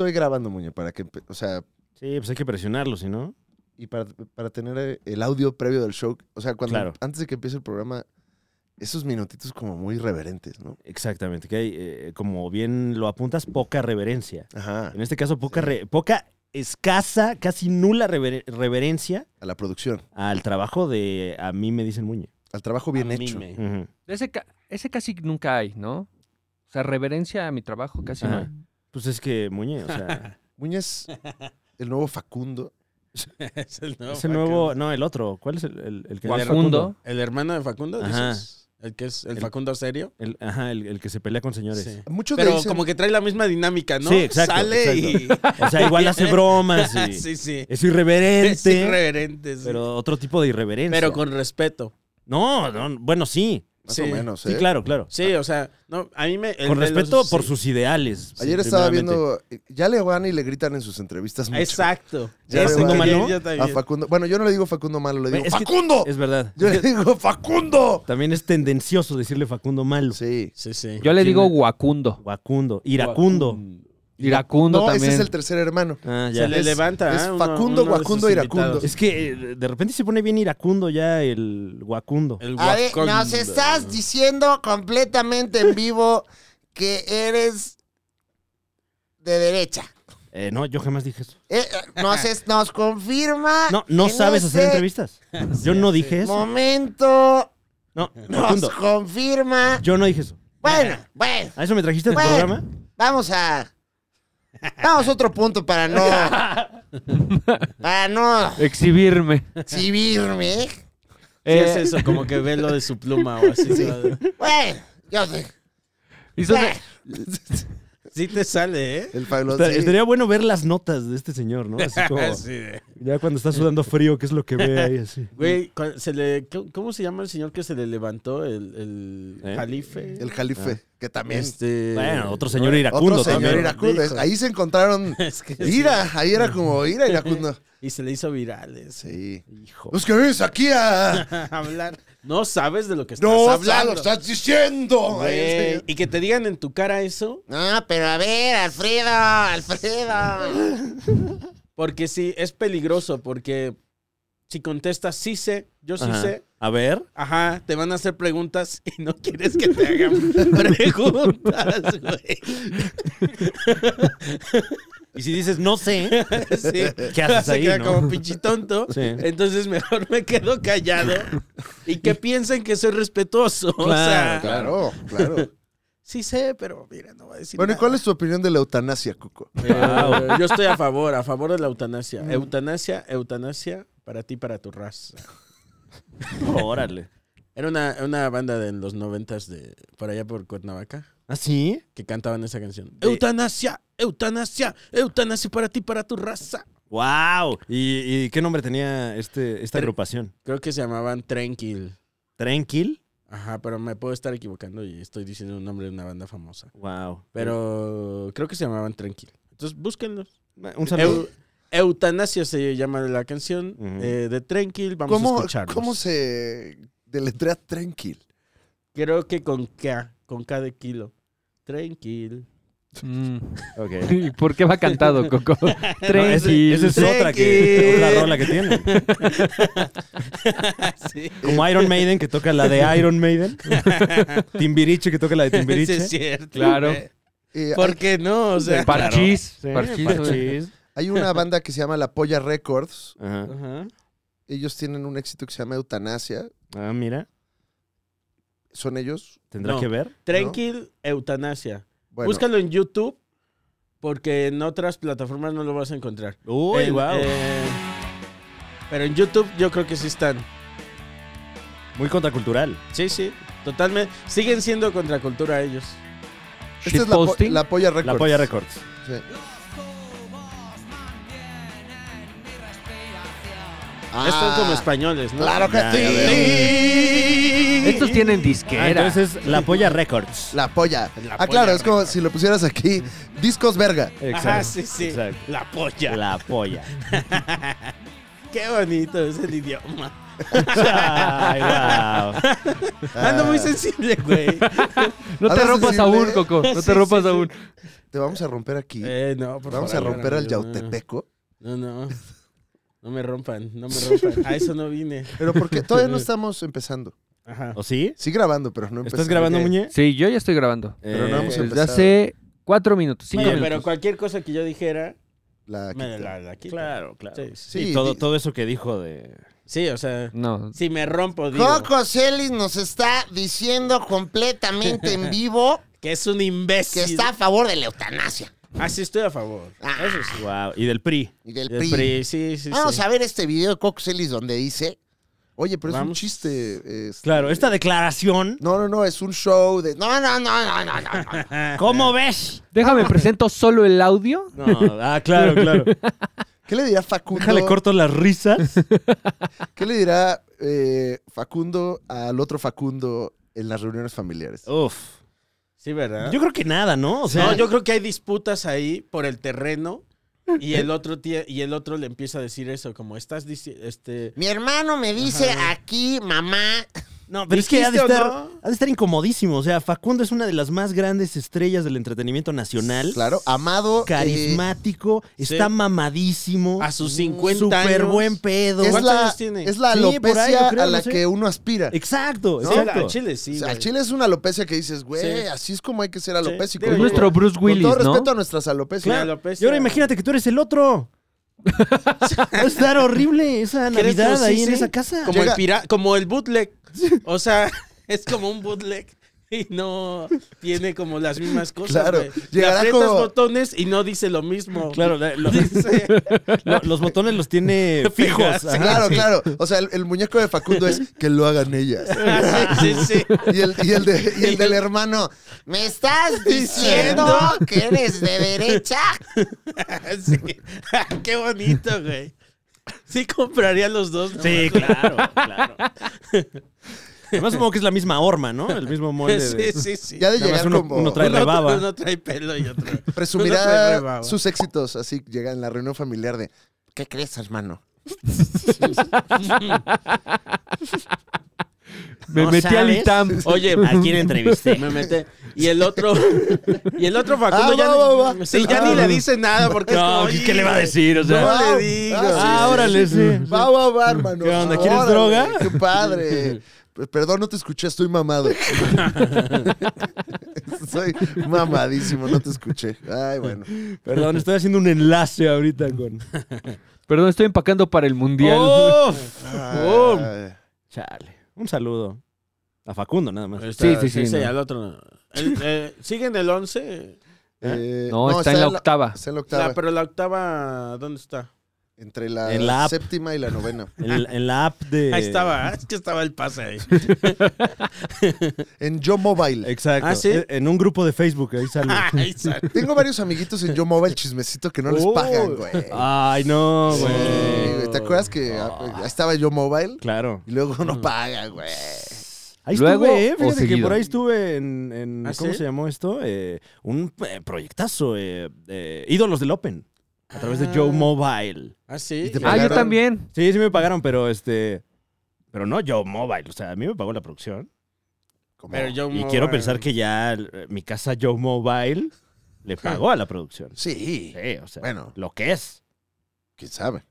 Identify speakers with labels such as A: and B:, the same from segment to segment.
A: Estoy grabando, Muñe, para que, empe- o sea,
B: Sí, pues hay que presionarlo, si no.
A: y para, para tener eh, el audio previo del show, o sea, cuando
B: Claro.
A: antes de que empiece el programa, esos minutitos como muy reverentes, ¿no?
B: Exactamente, que hay, eh, como bien lo apuntas, poca reverencia.
A: Ajá,
B: En este caso, poca, re- poca escasa, casi nula rever- reverencia
A: a la producción,
B: al trabajo de A mí me dicen Muñe.
A: al trabajo bien hecho.
C: Mime.
B: Ujú.
D: Ese, ca- ese casi nunca hay, ¿no? O sea, reverencia a mi trabajo casi no ¿eh?
B: Ajá.
D: hay.
B: Pues es que Muñe, o sea,
A: Muñe es el nuevo Facundo.
C: es el nuevo.
B: ese nuevo, no, el otro, ¿cuál es el, el- el que
C: Facundo.
D: Facundo.
C: El hermano de Facundo,
B: Ajá.
C: dices. El que es el,
B: El-
C: Facundo serio.
B: El, ajá, el, el que se pelea con señores.
C: Sí.
A: Muchos le
C: Pero
A: dicen,
C: como que trae la misma dinámica, ¿no?
B: Sí, exacto,
C: Sale
B: O sea, igual hace bromas
C: y.
B: y
C: sí, sí.
B: es irreverente,
C: Es irreverente, sí. Pero,
B: pero otro tipo de irreverencia.
C: con respeto.
B: No, no, bueno, sí.
A: más
C: sí.
A: o menos,
B: Sí,
A: ¿eh?
B: claro, claro.
C: Sí, o sea, no, a mí me. el
B: con
C: de
B: respeto
C: los-
B: por
C: sí.
B: sus ideales.
A: Ayer
B: sí,
A: estaba
B: primeramente.
A: viendo, eh, ya le van y le gritan en sus entrevistas mucho.
C: Exacto.
A: Ya
C: Ese
A: le va.
C: que
B: ¿Malo?
C: yo
A: A
C: también.
A: Facundo, bueno, yo no le digo Facundo malo, le digo
B: Es que-
A: ¡Facundo!
B: Es verdad.
A: Yo le digo ¡Facundo!
B: También es tendencioso decirle Facundo malo.
A: Sí.
C: Sí, sí.
D: Yo le
B: Sí,
D: digo
B: no.
D: Guacundo. Mm,
B: Vacundo. Iracundo.
D: Iracundo
A: no,
D: también.
A: ese es el tercer hermano.
B: Ah,
C: Se
B: ya.
C: le
A: Es-
C: levanta.
A: es
C: ¿eh?
A: Facundo,
C: de
A: Guacundo,
C: sus
A: Iracundo.
C: invitados.
B: Es que eh, de repente se pone bien iracundo ya el Guacundo.
C: El
E: A ver,
C: Guacundo.
E: nos estás diciendo completamente en vivo que eres de derecha.
B: Eh, no, yo jamás dije eso.
E: Eh, eh, nos, es- nos
A: Ah,
E: confirma.
B: No, no
E: en
B: sabes hacer
E: este
B: entrevistas. Yo no dije eso.
E: Momento
B: No,
E: nos
B: Facundo.
E: confirma.
B: Yo no dije eso.
E: Bueno, bueno,
B: ¿A eso me trajiste al
E: Bueno.
B: programa?
E: vamos a. Vamos a otro punto para no. Para no
D: Exhibirme.
E: exhibirme. ¿eh?
C: ¿Qué es
D: Eh,
C: eso? Como que ve lo de su pluma o así. ¿no?
E: Bueno, yo sé.
D: hizo una-
C: Sí te sale, ¿eh?
A: El Facundo.
B: Estar-
A: sí.
B: Este, Estaría bueno ver las notas de este señor, ¿no? Así como,
C: Sí, de-
B: ya cuando está sudando frío, ¿qué es lo que ve ahí así?
C: Güey, cu- se le, ¿cómo- ¿cómo se llama el señor que se le levantó? El, el
B: ¿Eh?
C: jalife.
A: El Jalife, que también.
C: Este-
B: Bueno, otro señor iracundo
A: Otro señor
B: también.
A: iracundo.
C: Dijo.
A: Ahí se encontraron
C: Es que sí.
A: ira. Ahí era como ira iracundo.
C: Y se le hizo viral ese.
A: Sí.
B: Hijo.
A: Los que vienes aquí a...
C: Hablar. No sabes de lo que estás
A: No,
C: hablando.
A: lo estás diciendo. Ahí el
C: Güey,
A: señor.
C: y que te digan en tu cara eso,
E: No, pero a ver, Alfredo, Alfredo.
C: porque sí, es peligroso, porque si contestas sí sé, yo sí
B: Ajá.
C: sé,
B: A ver.
C: ajá, te van a hacer preguntas y no quieres que te hagan preguntas, güey.
B: Y si dices, no sé,
C: Sí.
B: ¿qué haces
C: Se
B: ahí,
C: queda
B: no?
C: como pinche tonto.
B: Sí.
C: Entonces mejor me quedo callado y que piensen que soy respetuoso. o sea,
A: Claro, claro.
C: sí sé, pero mira, no voy a decir.
A: Bueno, ¿y
C: nada.
A: cuál es tu opinión de la eutanasia, Cuco?
C: Eh, yo estoy a favor, a favor de la eutanasia.
A: Mm.
C: Eutanasia, eutanasia, para ti, para tu raza.
B: Órale.
C: Era una, una banda de los noventas de por allá por Cuernavaca
B: ¿Ah, sí?
C: que cantaban esa canción.
B: De-
C: Eutanasia, eutanasia, eutanasia para ti, para tu raza.
B: ¡Wow! ¿Y, y qué nombre tenía este, esta
C: Tren-
B: agrupación?
C: Creo que se llamaban Tranquil.
B: ¿Trenquil?
C: Ajá, pero me puedo estar equivocando y estoy diciendo un nombre de una banda famosa.
B: ¡Wow!
C: Pero creo que se llamaban Tranquil. Entonces búsquenlos.
B: Un saludo.
C: Eu- eutanasia se llama la canción
B: Ujú.
C: eh, de Tranquil. Vamos a
A: ¿Cómo,
C: escucharlos.
A: ¿Cómo se deletrea tranquil?
C: Creo que con K, con K de kilo. Tranquil.
D: Mm.
B: Ok.
D: ¿Y ¿Por qué va cantado, Coco?
B: No, esa-
D: Tranquil.
B: esa es otra, que,
C: Tranquil.
B: otra rola que tiene.
C: Sí.
B: Como Iron Maiden, que toca la de Iron Maiden. Timbiriche, que toca la de
C: Ese
B: Timbiriche.
C: es cierto.
D: Claro.
C: güey.
A: Eh,
C: ¿Por qué no? O sea,
D: Parchís.
B: Sí,
D: Parchís.
B: Parchís.
A: hay una banda que se llama La Polla Records.
B: Ajá.
C: Ajá.
A: Ellos tienen un éxito que se llama Eutanasia.
B: Ah, mira.
A: ¿Son ellos?
B: ¿Tendrá
C: No.
B: que ver?
C: Tranquil eutanasia.
A: Bueno,
C: Búscalo en YouTube porque en otras plataformas no lo vas a encontrar.
B: ¡Uy,
C: En-
B: wow!
C: eh, pero en YouTube yo creo que sí están.
B: Muy contracultural.
C: Sí, sí. Totalmente. Siguen siendo contracultura ellos.
A: esta es la, Po-
D: Shitposting.
A: La Polla Records.
B: La Polla Records.
A: Sí.
C: Estos son como españoles, ¿no?
A: Claro que
B: Ya, ya
A: sí.
D: Estos tienen
B: Ah,
D: disquera.
B: entonces es La Polla Records.
A: La polla. ah, claro, es como si lo pusieras aquí. Discos verga.
B: Exacto.
C: Ajá, sí, sí.
B: Exacto.
C: La polla.
B: La Polla.
C: Qué bonito es el idioma.
B: Ay, wow.
C: Ando muy sensible, güey.
D: No te
A: ¿Andas
D: rompas
A: sensible?
D: aún, Coco. No te rompas aún.
A: Te vamos a romper aquí.
C: Eh, no, por
A: vamos a
C: favor,
A: romper al
C: amigo, no.
A: Yautepeco.
C: No, no. No me rompan, no me rompan. A eso no vine.
A: Pero porque todavía no estamos empezando.
C: Ajá.
B: ¿O sí?
A: Sí grabando, pero no empezando.
B: ¿Estás grabando,
A: Ok.
B: Muñe?
D: Sí, yo ya estoy grabando.
A: Pero no
C: Eh,
A: vamos a
D: Desde
A: empezar.
D: hace cuatro minutos, cinco
C: Oye, pero
D: minutos.
C: cualquier cosa que yo dijera,
A: La
C: me
A: quita.
C: la, la quito.
B: Claro, claro.
C: Sí, sí.
A: Sí,
B: y todo,
A: di-
B: todo eso que dijo de...
C: Sí, o sea,
D: No.
C: si me rompo, digo
E: Coco Celis nos está diciendo completamente en vivo
C: que es un
E: que
C: imbécil.
E: está a favor de la eutanasia
C: Ah, sí, estoy a favor.
E: Ah.
C: Eso sí.
B: Wow. Y del PRI.
E: y del
C: Y el
E: PRI.
C: PRI, sí, sí,
E: Vamos
C: sí.
E: a ver este video de Coco Celis donde dice...
A: Oye, pero es un
C: Vamos.
A: chiste. este-
B: Claro, esta declaración,
A: No, no, no, es un show de.
E: No, no, no, no, no, no, no.
B: ¿cómo ves?
D: Déjame presento solo el audio.
B: Ah, No, ah, claro, claro.
A: ¿Qué le dirá Facundo?
B: Déjale corto las risas.
A: ¿Qué le dirá eh, Facundo al otro Facundo en las reuniones familiares?
B: Oh, Uf.
C: Sí, ¿verdad?
B: Yo creo que nada, ¿no? O sea,
C: No, yo creo que hay disputas ahí por el terreno y el otro tie- y el otro le empieza a decir eso, como estás diciendo, este...
E: Mi hermano me dice aquí, mamá,
B: No, pero es que ha de,
C: ¿Dijiste o
B: estar,
C: no?
B: ha de estar incomodísimo. O sea, Facundo es una de las más grandes estrellas del entretenimiento nacional.
A: Claro, amado. eh,
B: Carismático,
C: sí.
B: está mamadísimo.
C: A sus 50
B: Súper
C: años.
B: buen pedo.
A: es,
C: ¿Cuántos
A: la,
C: años tiene?
A: es la
B: Sí, por ahí,
A: alopecia
B: yo creo,
A: a
B: no
A: la
B: sé.
A: que uno aspira.
B: Exacto,
C: No,
B: exacto.
C: a Chile sí.
A: O sea, al
C: güey.
A: Chile es una alopecia que dices, güey,
C: Sí.
A: así es como hay que ser alopésico.
C: Digo,
D: Es
A: Con-
D: nuestro Bruce Willis,
A: Con todo
D: ¿no?
A: respeto a nuestras alopecias.
C: Sí,
A: Claro.
B: Y
C: alopecia.
B: ahora imagínate que tú eres el otro. Va a estar horrible esa
C: ¿Crees?
B: Navidad
C: Sí,
B: ahí en
C: sí.
B: esa casa.
C: Como
A: Llega-
C: el pira- como el bootleg. O sea, es como un bootleg y no tiene como las mismas cosas.
A: Claro,
C: güey. Le
A: llegará
C: aprietas
A: como-
C: botones y no dice lo mismo.
B: Claro, la- lo-
C: Dice,
B: lo- los botones los tiene fijos.
C: Fijas,
B: ajá.
A: Claro, O sea, el, el muñeco de Facundo es que lo hagan ellas.
C: ah, sí, sí, sí.
A: Y el, y el, de- y el del hermano,
E: ¿me estás diciendo que eres de derecha?
C: Sí. Qué bonito, güey. Sí compraría los dos. ¿no?
B: Sí, claro, claro. Además supongo que es la misma horma, ¿no? El mismo molde.
C: Sí,
B: de-
C: sí, sí.
A: ya de
B: Nada más
A: llegar
B: uno-
A: como.
B: uno trae
C: uno,
B: rebaba.
C: uno trae pelo y otro. uno trae
A: presumirá
C: rebaba.
A: sus éxitos así, llega en la reunión familiar de.
E: ¿Qué crees, hermano?
D: Me
B: No
D: metí al
B: sabes.
D: ITAM.
C: Oye,
B: ¿A quién entrevisté?
C: Me metí. Y el otro. Y el otro Facundo
A: Ah,
C: ya,
A: va,
C: ni,
A: va, va.
C: sí, ya
A: Ah,
C: ni
A: va.
C: le dice nada porque es como,
D: No, ¿qué-
C: "Oye,
D: ¿qué le va a decir? O sea,
C: No. le
A: "Wow".
C: digo.
B: Ah, órale, sí.
A: Va, va, va, hermano.
B: ¿Qué onda? ¿Quieres
A: Órale,
B: droga?
A: Qué padre. P- Perdón, no te escuché, estoy mamado. Soy mamadísimo, no te escuché. Ay, bueno.
B: Perdón, estoy haciendo un enlace ahorita con...
D: Perdón, estoy empacando para el mundial.
B: ¡Uf!
A: Ah, Ay.
B: Chale. Un saludo. A Facundo, nada más.
C: Está-
D: Sí, sí, sí, no.
C: al otro no. El- eh, sigue en el 11.
A: Eh,
D: No, está en la octava. Ah,
A: Está en la octava.
C: La, pero la octava, ¿dónde está?
A: Entre la,
B: En la app.
A: séptima y la novena.
B: En, en la app de...
C: Ahí estaba, es que estaba el pase ahí.
A: En Yo Mobile.
B: Exacto.
C: Ah, ¿sí?
B: En- En un grupo de Facebook, ahí salió.
C: Ahí sale.
A: Tengo varios amiguitos en Yo Mobile chismecito que no les
B: Oh.
A: pagan, güey.
B: Ay, no,
A: Sí,
B: güey.
A: güey. ¿Te acuerdas que ah, estaba Yo Mobile?
B: Claro.
A: Y luego no paga, güey.
B: Ahí
D: Luego
B: estuve, eh,
D: o
B: fíjate que
D: seguido.
B: por ahí estuve en, en-
C: ¿Ah,
B: ¿cómo
C: sí?
B: se llamó esto? Eh, un eh, proyectazo, eh, eh, Ídolos del Open, a través
C: Ah.
B: de Joe Mobile.
C: Ah, sí.
A: te
D: Ah, yo
A: pagaron.
D: también.
B: Sí, sí me pagaron, pero este, pero no Joe Mobile, o sea, a mí me pagó la producción.
A: Como-
C: Pero yo
B: y
C: mo-
B: quiero pensar que ya eh, mi casa Joe Mobile le pagó a la producción.
A: Sí.
B: Sí, o sea,
A: Bueno,
B: lo que es.
A: quién sabe.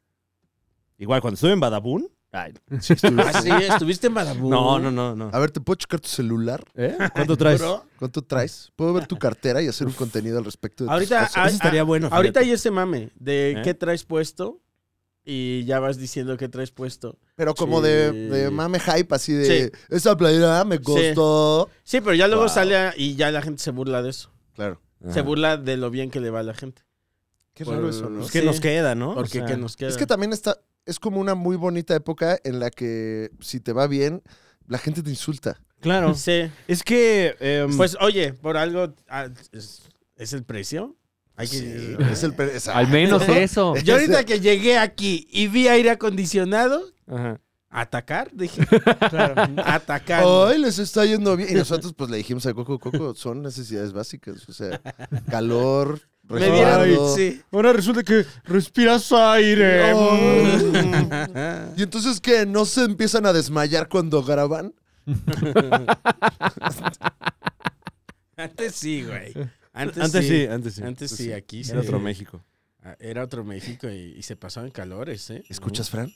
B: Igual cuando estuve en Badabun. ay,
A: Sí, estuviste-
C: Ah, sí, estuviste en Badabun.
B: no, no, no, no.
A: A ver, ¿te puedo checar tu celular?
B: ¿Eh? ¿Cuánto traes?
C: Bro,
A: ¿Cuánto traes? ¿Puedo ver tu cartera y hacer un contenido al respecto? de tus
C: Ahorita,
A: cosas?
C: ah,
B: Eso estaría
C: ah,
B: bueno.
C: ahorita
B: fíjate.
C: hay ese mame de
B: ¿Eh?
C: qué traes puesto y ya vas diciendo qué traes puesto.
A: Pero como
C: sí.
A: de, de mame hype, así de... Esa playera me costó...
C: Sí, pero ya luego
B: Wow.
C: sale a- y ya la gente se burla de eso.
A: Claro.
C: Se burla de lo bien que le va a la gente.
A: Qué
C: Por-
A: raro eso, ¿no?
B: Pues, ¿Qué
C: Sí.
B: nos queda, no? O
C: Porque
B: sea,
C: ¿qué nos queda?
A: Es que también está... Es como una muy bonita época en la que si te va bien, la gente te insulta.
B: Claro.
C: Sí.
B: Es que. em,
C: Pues oye, por algo ah, es, es el precio. Hay que-
A: Sí, es el... pe- es-
D: Al menos
A: ¿no?
D: eso.
A: Eh,
C: Yo ahorita que llegué aquí y vi aire acondicionado,
B: ajá.
C: atacar, dije. Atacar.
A: Ay, les está yendo bien. Y nosotros pues le dijimos a Coco, Coco, son necesidades básicas. O sea, calor,
C: Me dieron-
A: Resguardo.
C: sí.
B: Ahora resulta que respiras aire.
A: oh, Y entonces que no se empiezan a desmayar cuando graban.
C: Antes sí, güey. Antes,
B: Antes
C: sí.
B: sí, antes sí.
C: Antes sí, aquí sí.
B: Era otro México.
C: Ah, Era otro México y, y se pasaban calores, ¿eh?
A: ¿Escuchas, Fran?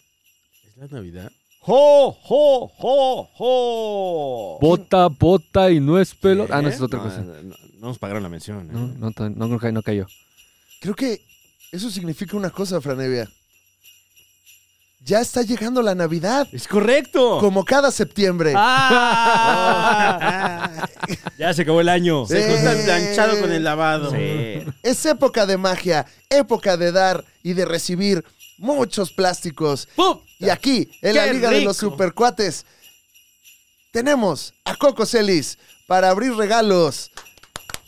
C: Es la Navidad.
B: ¡Jo, jo, jo, jo!
D: Bota, bota y no es pelo. Ah, no,
C: ¿Qué?
D: es otra
B: no,
D: cosa.
B: ¿Eh? No, no- no nos pagaron la mención. ¿eh?
D: No, no, no, no, creo que- no cayó.
A: Creo que eso significa una cosa, Franevia. Ya está llegando la Navidad.
B: ¡Es correcto!
A: Como cada septiembre.
B: ¡Ah! ya se acabó el año.
A: Sí.
C: Se juntan planchado con el lavado.
B: Sí.
A: Es época de magia, época de dar y de recibir muchos plásticos.
C: ¡Pum!
A: Y aquí, en la
C: ¡Qué
A: Liga de los
C: rico!
A: Supercuates, tenemos a Coco Celis para abrir regalos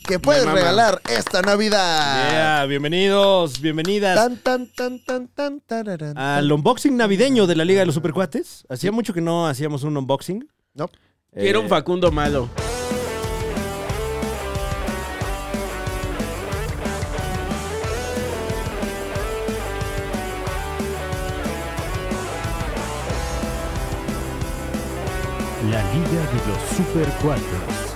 A: que puedes
C: mamá.
A: regalar esta Navidad.
B: Yeah, bienvenidos, bienvenidas
A: Tan, tan, tan, tan, tan, tararán.
B: al unboxing navideño de la Liga de los Supercuates. Hacía mucho que no hacíamos un unboxing.
A: No.
C: Quiero un
B: Eh,
C: Facundo malo.
F: La Liga de los Super Cuatros.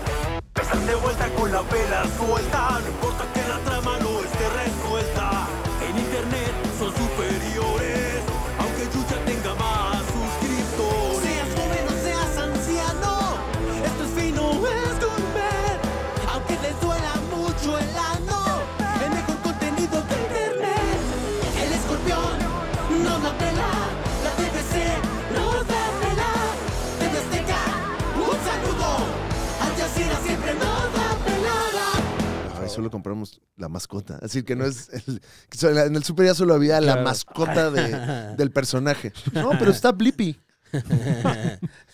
G: Están de vuelta con la vela suelta, no importa que la trama no esté resuelta. En internet son superiores, aunque Yuya tenga más suscriptores. Seas joven o seas anciano, esto es fino, es gourmet. Aunque les duela mucho el ano, el mejor contenido de internet. El escorpión no la pela, la TVC no la pela. TV Azteca, un saludo. Al Jazeera siempre nos da pelada.
A: Ay, solo compramos la mascota. Así que no es. el- que solo- en el super ya solo había la mascota de- del personaje. No, pero está Blippi.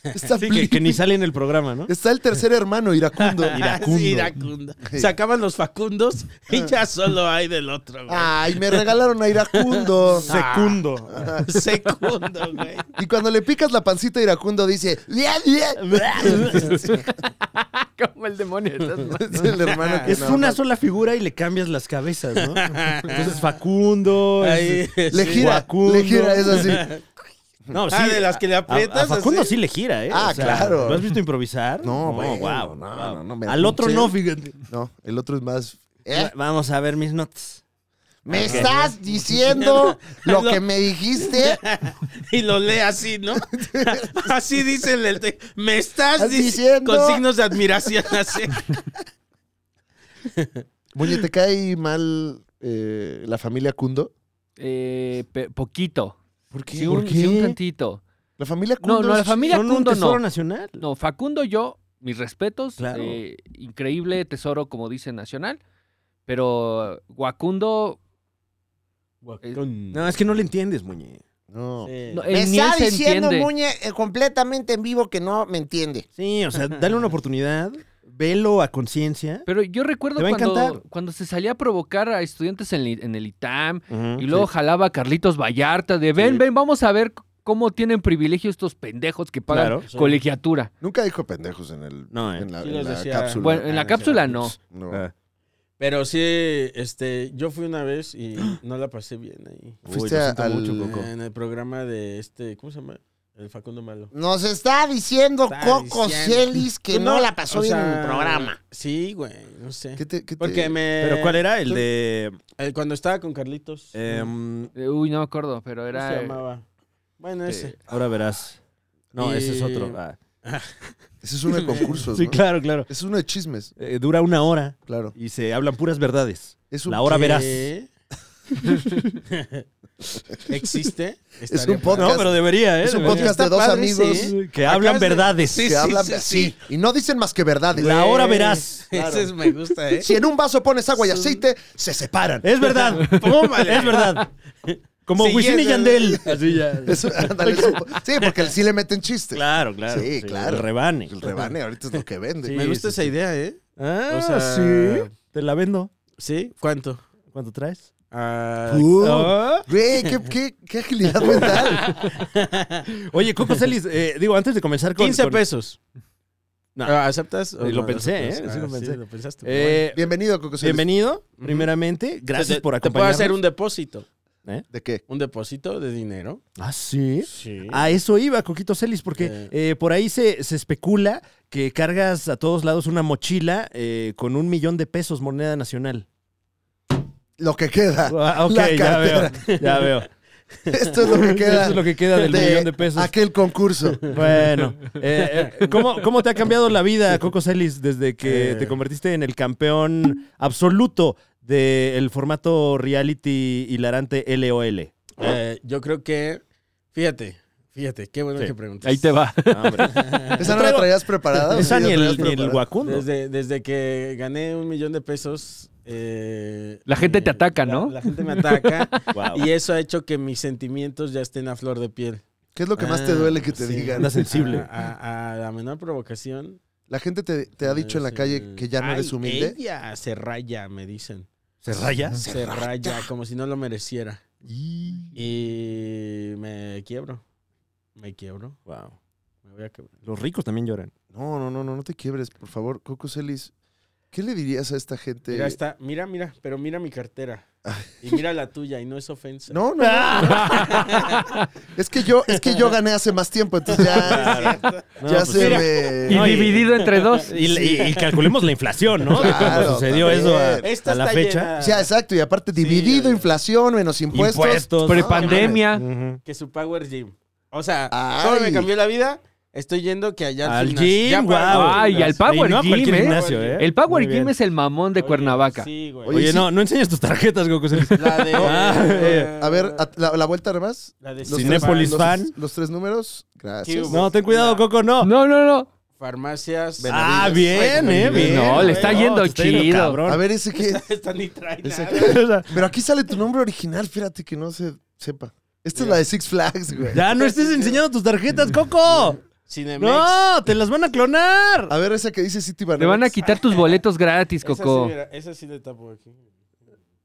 A: Está
B: sí,
A: Blippi.
B: que, que ni sale en el programa, ¿no?
A: Está el tercer hermano, Iracundo.
C: Sí, iracundo. Sacaban los Facundos y ya solo hay del otro,
B: Ah.
C: güey.
A: Ay, me regalaron a Iracundo.
B: Secundo.
C: Secundo, güey.
A: Y cuando le picas la pancita a Iracundo dice, "Bien, bien".
D: Como el demonio.
A: Es el hermano que
B: Es
A: nada
B: una
A: más-
B: sola figura y le cambias las cabezas, ¿no? Entonces Facundo.
C: Ahí,
B: es-
A: Le
C: sí.
A: gira,
B: Iracundo.
A: le gira, es así.
B: No,
C: Ah, de las que le
B: a-
C: aprietas,
B: A, Facundo
C: así.
B: sí le gira, ¿eh?
A: Ah, claro.
B: ¿Lo has visto improvisar?
A: No, bueno,
B: guau,
A: no,
B: guau.
A: no, no, me
B: Al otro
A: apunché.
B: no, fíjate.
A: No, el otro es más. "Eh,
B: Vamos a ver mis notas.
A: ¿Me estás diciendo lo que me dijiste?
C: Y lo lee así, ¿no? así dice en el te- Me estás
A: ¿Estás
C: dic-
A: diciendo?
C: Con signos de admiración así.
A: Oye, ¿te cae mal eh, la familia Cundo?
D: Eh, pe- poquito.
A: ¿Por
D: Sí, un, sí, un tantito.
A: La familia
D: No,
A: Cundo.
D: no, la
A: es-
D: familia
B: Son un
D: Cundo
B: tesoro
D: no.
B: nacional.
D: No, Facundo, yo, mis respetos.
B: Claro.
D: eh, increíble tesoro, como dice Nacional. Pero Guacundo. eh,
B: No, es que no le entiendes, Muñe.
A: No.
C: Eh,
D: no,
E: Me
D: él ni él
E: está
D: se
E: diciendo
D: entiende.
E: Muñe eh, completamente en vivo que no me entiende.
B: Sí, o sea, dale una oportunidad, velo a conciencia.
D: Pero yo recuerdo
B: Te va a
D: cuando,
B: encantar.
D: cuando se salía a provocar a estudiantes en, el- en el ITAM
B: Ujú,
D: y luego
B: sí.
D: jalaba a Carlitos Vallarta de ven,
B: Sí.
D: ven, vamos a ver c- cómo tienen privilegio estos pendejos que pagan
B: Claro.
D: colegiatura.
A: Nunca dijo pendejos en, el,
B: No, eh.
A: en la,
C: Sí
A: en
C: los
A: la
C: decía.
A: cápsula.
D: Bueno, en la
C: Ah, no sé.
D: cápsula no.
A: No.
B: Ah.
C: Pero sí, este, yo fui una vez y no la pasé bien ahí.
B: Uy,
A: Fuiste
B: lo siento
A: al-
B: mucho, Coco.
C: En el programa de este, ¿cómo se llama? El Facundo Malo.
E: Nos está diciendo
C: Está
E: Coco
C: diciendo.
E: Celis que
C: Tú
E: no, la pasó
C: o
E: bien en
C: sea,
E: el programa.
C: Sí, güey, no sé.
A: ¿Qué te, qué te-
C: Porque me.
B: ¿Pero cuál era? El
C: tú-
B: de.
C: eh, cuando estaba con Carlitos. ¿Cómo
B: em,
D: Eh, Uy, no me acuerdo, pero era...
C: se
D: eh,
C: llamaba? Bueno, ese.
B: eh, ahora verás. No, ese es
C: Y-
B: otro. Ah.
A: Ese es uno de concursos,
B: Sí,
A: ¿no?
B: claro, claro.
A: Es uno de chismes,
B: Eh, dura una hora
A: claro.
B: y se hablan puras verdades.
A: Es un,
B: La hora
A: ¿Qué?
B: verás.
C: ¿Qué? ¿Existe?
A: Es un podcast.
B: No, pero debería, ¿eh?
A: es un
B: Debería.
A: podcast de dos amigos
B: Que hablan
C: Acabas de-
B: verdades.
C: Sí,
A: que
C: sí,
A: hablan
C: sí,
A: así.
C: sí.
A: Y no dicen más que verdades.
B: La hora verás.
C: Ese es- me gusta, ¿eh?
A: Si en un vaso pones agua y aceite, se separan.
B: Es verdad.
C: Tómala.
B: Es verdad. Como
C: Sí,
B: Wisin y
C: es-
B: Yandel. Así ya.
A: Eso, ándale, eso. sí, porque sí le meten chiste.
B: Claro, claro.
A: Sí, claro.
B: El rebane.
A: El rebane ahorita es lo que vende.
C: Me gusta esa idea, ¿eh?
B: Ah,
C: O sea,
B: sí. Te la vendo.
C: ¿Sí? ¿Cuánto?
B: ¿Cuánto traes?
C: Ah,
A: Uh,
B: Ah.
A: güey, qué, qué- qué agilidad mental.
B: Oye, Coco Celis, eh, digo, antes de comenzar con...
C: 15
B: con-
C: pesos.
B: No.
C: Ah, ¿Aceptas? o
B: Eh, lo
C: no
B: pensé,
C: aceptas?
B: ¿eh? Sí lo pensé.
C: lo pensaste.
B: Eh,
A: Bienvenido, Coco Celis.
B: bienvenido,
C: Ujú.
B: primeramente. Gracias
C: Te-
B: por
C: Te puedo
B: acompañarnos.
C: hacer un depósito.
A: ¿De qué?
C: ¿Un depósito de dinero? Ah,
B: Ah, sí.
C: Sí.
B: A eso iba, Coquito Celis, porque
C: Eh.
B: eh, por ahí se, se especula que cargas a todos lados una mochila eh, con un millón de pesos moneda nacional.
A: Lo que queda.
B: Ah, ok,
A: la
B: ya veo, ya veo.
A: Esto es lo que
B: Eso
A: queda.
B: es lo que queda del millón de pesos.
A: Aquel concurso.
B: Bueno, eh, eh, ¿cómo, cómo te ha cambiado la vida, Coco Celis, desde que
C: Eh.
B: te convertiste en el campeón absoluto del formato reality hilarante LOL?
C: Eh, yo creo que. Fíjate, fíjate, qué bueno
B: Sí.
C: que preguntas.
D: Ahí te va.
A: ¿Esa no la traías preparada?
B: Esa
A: Sí, la
B: ni el,
A: traías
B: ni el
A: preparada.
B: Guacundo.
C: Desde, desde que gané un millón de pesos. eh,
D: La gente
C: eh,
D: te ataca,
C: la-
D: ¿no?
C: La, gente me ataca.
B: Wow.
C: y eso ha hecho que mis sentimientos ya estén a flor de piel. Ah,
A: ¿Qué es lo que más te duele que te
C: Sí.
A: digan?
B: Anda sensible.
C: A, a- a la menor provocación.
A: La gente te, te ha dicho en la
C: Sí.
A: calle que ya no
C: Ay,
A: eres humilde.
C: Ella se raya, me dicen.
B: ¿Se raya?
C: Se, raya, como si no lo mereciera. Y me quiebro. Me quiebro.
B: Wow.
C: Me voy a quebrar.
B: Los ricos también lloran.
A: No, no, no, no, no te quiebres, por favor. Coco Celis, ¿qué le dirías a esta gente?
C: Mira, está, mira, mira, pero mira mi cartera. Y mira la tuya, y no es ofensa.
A: No, no, no. es que yo, es que yo gané hace más tiempo, entonces ya,
B: No,
A: ya
B: pues
A: se
B: mira.
D: Y
A: me.
B: No, y-
D: dividido entre dos.
B: Y, y- y calculemos la inflación, ¿no?
A: Claro,
B: Cuando sucedió
A: también.
B: eso a,
C: Esta
B: a la
C: está
B: fecha.
C: llena.
A: O sea, exacto, y aparte dividido,
C: ya, ya.
A: inflación, menos impuestos.
B: Impuestos.
D: Prepandemia.
B: Ujú.
C: Que su Power Gym. O sea,
A: Ay.
C: ¿cómo me cambió la vida? Estoy yendo que allá
B: Al
C: gimnasio.
B: gym,
C: Ya para-
B: guau.
D: Ay, y al Power
B: Y no a
D: Gym,
B: cualquier
D: ¿eh?
B: gimnasio, ¿eh?
D: El Power
B: Muy
D: Gym
B: bien.
D: es el mamón de
C: Oye,
D: Cuernavaca.
C: Sí, güey.
A: Oye,
B: Oye,
A: sí.
B: no, no enseñes tus tarjetas, Goku.
C: la de.
B: Ah, eh.
A: A ver, a- la, la vuelta además.
C: la de
A: los
B: Cinépolis
A: tres-
B: fan.
A: Los, los tres números. Gracias.
C: Cube.
B: No, ten cuidado, Coco, no.
D: No, no, no.
C: Farmacias.
B: Ah, bien, eh, bien.
D: No, le está
B: No,
D: yendo
B: te
D: chido.
B: cabrón.
A: A ver, ese que.
C: Esta ni trae
A: ese
C: nada.
A: que-
B: O sea,
A: Pero aquí sale tu nombre original, fíjate que no se sepa. Esta es la de Six Flags, güey.
B: Ya no estés enseñando tus tarjetas, Coco.
C: Cinemex.
B: No, te las van a clonar.
A: A ver, esa que dice City
D: Te van a quitar tus boletos gratis,
C: Esa sí,
D: Coco.
C: mira, esa sí le tapo aquí.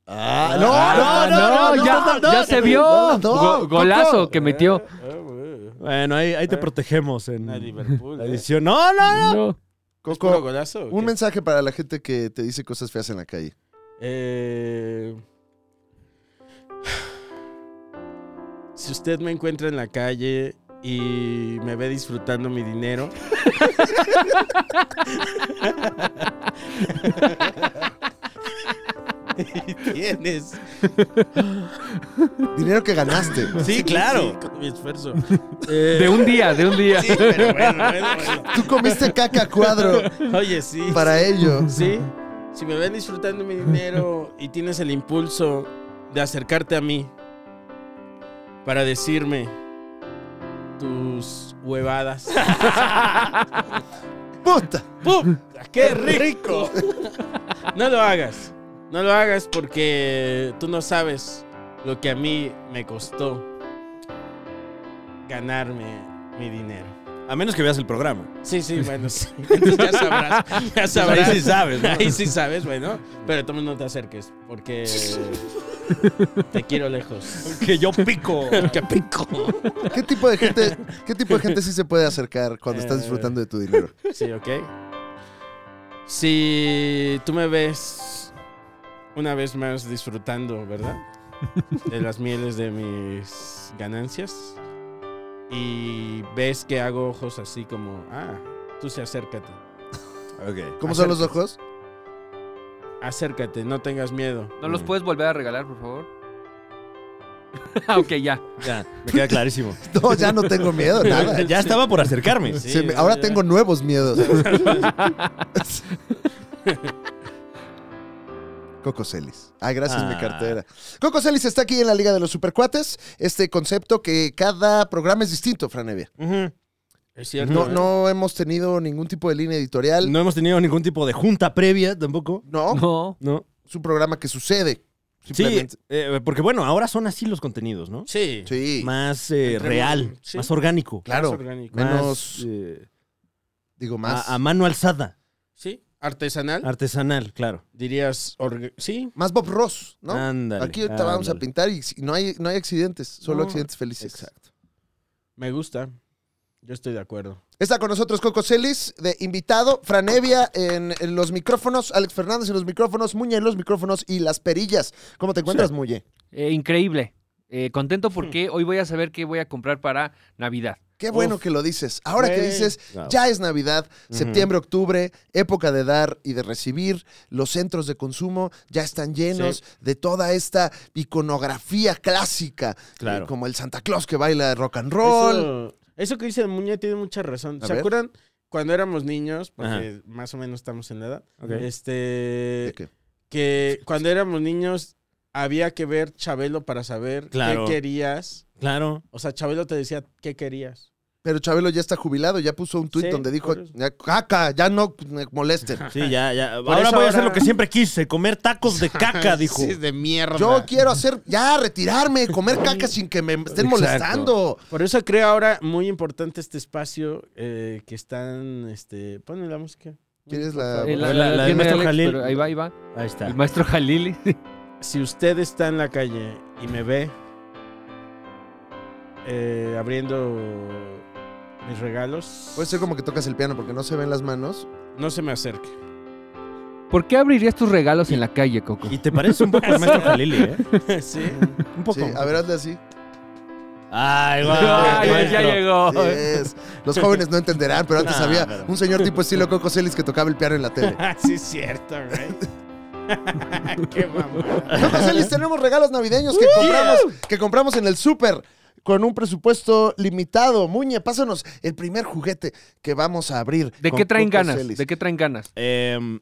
A: Ah,
B: Ah,
A: no, no, no,
D: no,
A: no,
D: ya,
A: no,
D: ya
A: no,
D: se
A: no,
D: vio.
A: no, no,
D: Go-
A: Coco.
D: golazo que metió.
C: Ah, güey.
B: Bueno, ahí, ahí te protegemos en Mm.
C: Una
B: la
C: Liverpool. eh.
B: edición. No, no, no.
D: No.
C: ¿Es puro
A: Coco,
C: golazo? o
A: un
C: qué?
A: mensaje para la gente que te dice cosas feas en la calle.
C: Eh, Si usted me encuentra en la calle y me ve disfrutando mi dinero, Y tienes
A: Dinero que ganaste.
B: Sí, claro.
C: sí, con mi esfuerzo. Eh,
D: De un día, de un día.
C: Sí, pero bueno, bueno, bueno.
A: Tú comiste caca a cuadro
C: Oye, sí.
A: para ello.
C: Sí. Si me ven disfrutando mi dinero y tienes el impulso de acercarte a mí para decirme tus huevadas.
A: Puta.
C: ¡Pum! ¡Qué rico! No lo hagas. No lo hagas porque tú no sabes lo que a mí me costó ganarme mi dinero.
B: A menos que veas el programa.
C: Sí, sí, bueno, sí. Entonces ya sabrás. Ya sabrás.
B: Ahí sí sabes, ¿no?
C: Ahí sí sabes, bueno. Pero tú no te acerques, porque te quiero lejos.
B: Que yo pico.
C: ¡Qué pico!
A: ¿Qué tipo de gente, qué tipo de gente sí se puede acercar cuando estás
C: Eh.
A: disfrutando de tu dinero?
C: Sí, ok. Si tú me ves una vez más disfrutando, ¿verdad? De las mieles de mis ganancias. Y ves que hago ojos así como, ah, tú sí acércate.
B: Ok.
A: ¿Cómo son los ojos?
C: Acércate, no tengas miedo. Mm.
D: ¿No los puedes volver a regalar, por favor? Ah, ok, ya.
B: Ya, me queda clarísimo.
A: No, ya no tengo miedo, nada.
B: Ya estaba por acercarme.
C: Sí,
A: Se me-
C: ya,
A: ahora
C: ya.
A: tengo nuevos miedos. Coco Celis. Ah, gracias, mi
B: Ah.
A: cartera. Coco Celis está aquí en la Liga de los Supercuates. Este concepto que cada programa es distinto, Franevia.
B: Ujú.
C: Es cierto.
A: No,
C: ¿eh?
A: no hemos tenido ningún tipo de línea editorial.
B: No hemos tenido ningún tipo de junta previa tampoco.
A: No,
D: No.
B: No.
A: es un programa que sucede.
B: Sí,
A: Simplemente.
B: eh, porque bueno, ahora son así los contenidos, ¿no?
C: Sí.
A: Sí,
B: Más eh,
C: Entre-
B: real,
C: sí.
B: más orgánico.
A: claro.
C: Más orgánico.
A: Menos-
B: Más, eh,
A: digo más.
B: A, a mano alzada,
C: Sí, artesanal.
B: artesanal, claro.
C: dirías, orga- sí,
A: Más Bob Ross, ¿no?
B: Ándale,
A: Aquí ahorita vamos a
B: ándale.
A: pintar y si- no hay, no hay accidentes, solo
B: Ah, No.
A: accidentes felices.
B: Exacto.
C: me gusta. Yo estoy de acuerdo.
A: Está con nosotros Coco Celis, de invitado, Franevia en, en los micrófonos, Alex Fernández en los micrófonos, Muñe en los micrófonos y las perillas. ¿Cómo te encuentras, Muñe?
D: Eh, increíble. Eh, contento porque hoy voy a saber qué voy a comprar para Navidad.
A: Qué bueno
C: Uf,
A: que lo dices. Ahora que
C: güey.
A: dices,
B: No.
A: ya es Navidad, septiembre, octubre, época de dar y de recibir. Los centros de consumo ya están llenos de toda esta iconografía clásica,
B: Claro.
A: eh, como el Santa Claus que baila rock and roll.
C: Eso, eso que dice el Muñe tiene mucha razón.
A: A
C: ¿Se
A: ver.
C: acuerdan cuando éramos niños? Porque más o menos estamos en la edad.
A: ¿De
C: Este.
A: qué?
C: Que cuando éramos niños había que ver Chabelo para saber
B: Claro.
C: qué querías.
B: Claro.
C: O sea, Chabelo te decía qué querías.
A: Pero Chabelo ya está jubilado, ya puso un tuit
C: Sí,
A: donde dijo,
C: por eso.
A: "Ya, caca, ya no me molesten.
B: Sí, ya, ya.
C: Por
B: ahora
C: eso
B: voy a hacer
C: ahora-
B: lo que siempre quise, comer tacos de caca, dijo.
E: Sí, es de mierda.
A: Yo quiero hacer, ya retirarme, comer caca sin que me estén
B: Exacto.
A: molestando.
C: Por eso creo ahora muy importante este espacio eh, que están. Este, ponle la música.
A: ¿Quieres la-
D: Eh,
B: la- la del
D: tiene
B: maestro Jalil.
D: pero ahí va, ahí va.
B: Ahí está.
D: El maestro Jalil.
C: Si usted está en la calle y me ve eh, abriendo mis regalos,
A: Puede ser como que tocas el piano porque no se ven las manos.
C: no se me acerque.
D: ¿Por qué abrirías tus regalos en la calle, Coco?
B: Y te parece un poco al maestro Jalili, ¿eh?
C: sí.
B: Un poco.
A: Sí, a ver, hazle así.
B: Ay, guau.
D: Ay, ya
B: maestro.
D: llegó.
A: Yes. Los jóvenes no entenderán, pero antes
D: Ah,
B: Nah,
A: había
B: pero-
A: un señor tipo estilo Coco Celis que tocaba el piano en la tele.
C: Ah, sí, es cierto, güey. Qué mamada.
A: Coco Celis, tenemos regalos navideños que compramos, que compramos en el súper con un presupuesto limitado. Muñe, pásanos el primer juguete que vamos a abrir.
D: ¿De
A: con
D: qué traen
A: Coco
D: ganas?
A: Celis.
D: ¿De qué traen ganas?
B: Em,